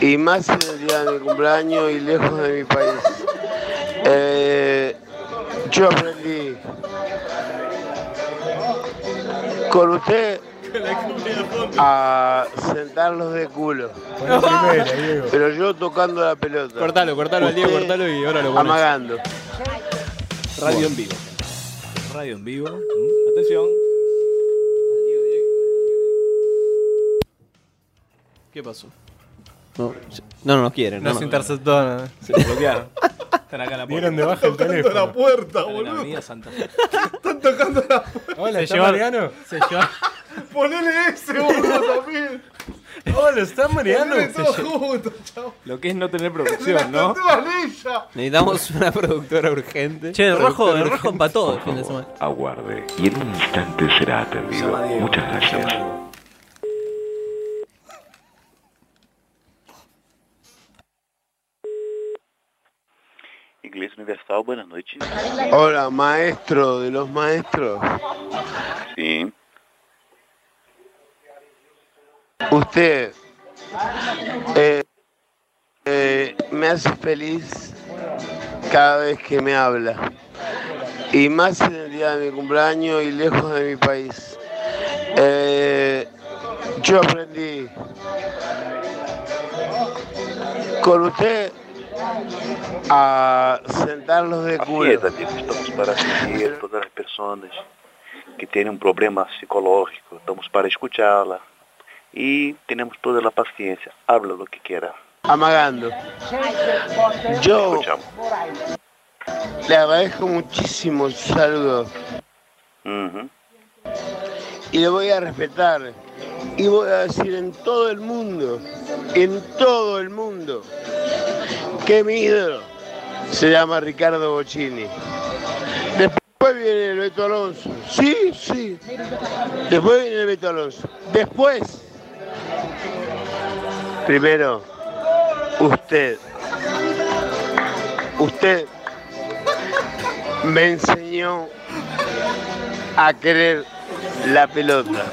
[SPEAKER 11] Y más en el día de mi cumpleaños y lejos de mi país. Eh, yo aprendí. Con usted a sentarlos de culo. Pero yo tocando la pelota.
[SPEAKER 2] Ah. Cortalo, cortalo al Diego, cortalo y ahora lo pones.
[SPEAKER 11] Amagando.
[SPEAKER 4] Radio en vivo. Radio en vivo. Mm, Atención.
[SPEAKER 10] ¿Qué pasó?
[SPEAKER 2] No, no nos quieren.
[SPEAKER 10] Nos
[SPEAKER 2] no.
[SPEAKER 10] interceptaron. Se bloquearon. Están acá en la puerta.
[SPEAKER 18] Dieron de baja el teléfono.
[SPEAKER 9] la puerta,
[SPEAKER 10] Dale,
[SPEAKER 9] boludo.
[SPEAKER 10] amiga santa.
[SPEAKER 9] Están tocando la puerta.
[SPEAKER 18] Hola,
[SPEAKER 10] Se
[SPEAKER 18] ¿está
[SPEAKER 10] llevaron-
[SPEAKER 18] Mariano?
[SPEAKER 10] Se llevaron-
[SPEAKER 9] Ponele ese, boludo, también.
[SPEAKER 18] Hola, Oh, ¿está Mariano?
[SPEAKER 9] Ponele todo
[SPEAKER 18] Se lle-
[SPEAKER 9] junto, chao.
[SPEAKER 18] Lo que es no tener
[SPEAKER 9] Las
[SPEAKER 18] producción, ¿no?
[SPEAKER 9] tortugas ninja.
[SPEAKER 2] Necesitamos una productora urgente.
[SPEAKER 10] Che, el rojo,
[SPEAKER 2] Productora
[SPEAKER 10] el
[SPEAKER 2] urgente.
[SPEAKER 10] rojo empató el fin de semana.
[SPEAKER 25] Aguarde y en un instante será atendido. Muchas gracias.
[SPEAKER 33] Iglesia Universal, buenas noches.
[SPEAKER 11] Hola, maestro de los maestros.
[SPEAKER 33] Sí.
[SPEAKER 11] Usted eh, eh, me hace feliz cada vez que me habla. Y más en el día de mi cumpleaños y lejos de mi país. Eh, yo aprendí con usted a sentarlos de
[SPEAKER 33] Así es,
[SPEAKER 11] culo.
[SPEAKER 33] amigos, estamos para atender todas las personas que tienen un problema psicológico, estamos para escucharla y tenemos toda la paciencia, habla lo que quiera.
[SPEAKER 11] Amagando. Yo
[SPEAKER 33] Escuchamos.
[SPEAKER 11] le agradezco muchísimo su saludo.
[SPEAKER 33] Ujú.
[SPEAKER 11] y lo voy a respetar. Y voy a decir en todo el mundo, en todo el mundo, que mi ídolo se llama Ricardo Bocini. Después viene el Beto Alonso. Sí, sí. Después viene el Beto Alonso. Después, primero, usted. Usted me enseñó a querer la pelota.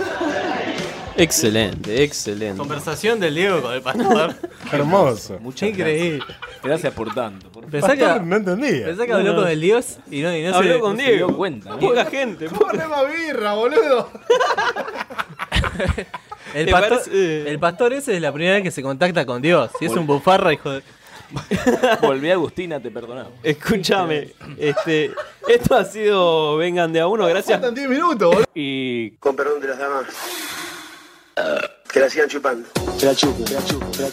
[SPEAKER 2] Excelente, excelente.
[SPEAKER 10] Conversación del Diego con el pastor.
[SPEAKER 18] Hermoso.
[SPEAKER 10] Muchas Increíble.
[SPEAKER 4] Gracias por tanto. por-
[SPEAKER 10] Pensá que,
[SPEAKER 18] Pastor, no entendía.
[SPEAKER 10] pensá que
[SPEAKER 18] No,
[SPEAKER 10] habló
[SPEAKER 18] no.
[SPEAKER 10] con el Dios y no, y no
[SPEAKER 18] Habló
[SPEAKER 10] se,
[SPEAKER 18] con
[SPEAKER 10] no se
[SPEAKER 18] Diego.
[SPEAKER 10] dio cuenta. ¿no?
[SPEAKER 2] Poca gente.
[SPEAKER 9] Ponle más birra, boludo.
[SPEAKER 10] El
[SPEAKER 9] ¿Te
[SPEAKER 10] pastor,
[SPEAKER 2] eh.
[SPEAKER 10] el pastor ese es la primera vez que se contacta con Dios. Y es un bufarra, hijo de.
[SPEAKER 4] Volví a Agustina, te perdonamos.
[SPEAKER 2] Escúchame, este, esto ha sido Vengan de a uno, gracias.
[SPEAKER 9] Faltan 10 minutos, boludo.
[SPEAKER 2] Y
[SPEAKER 11] Con perdón de las damas. Que la sigan chupando. Que la chupen, que la chupen, que la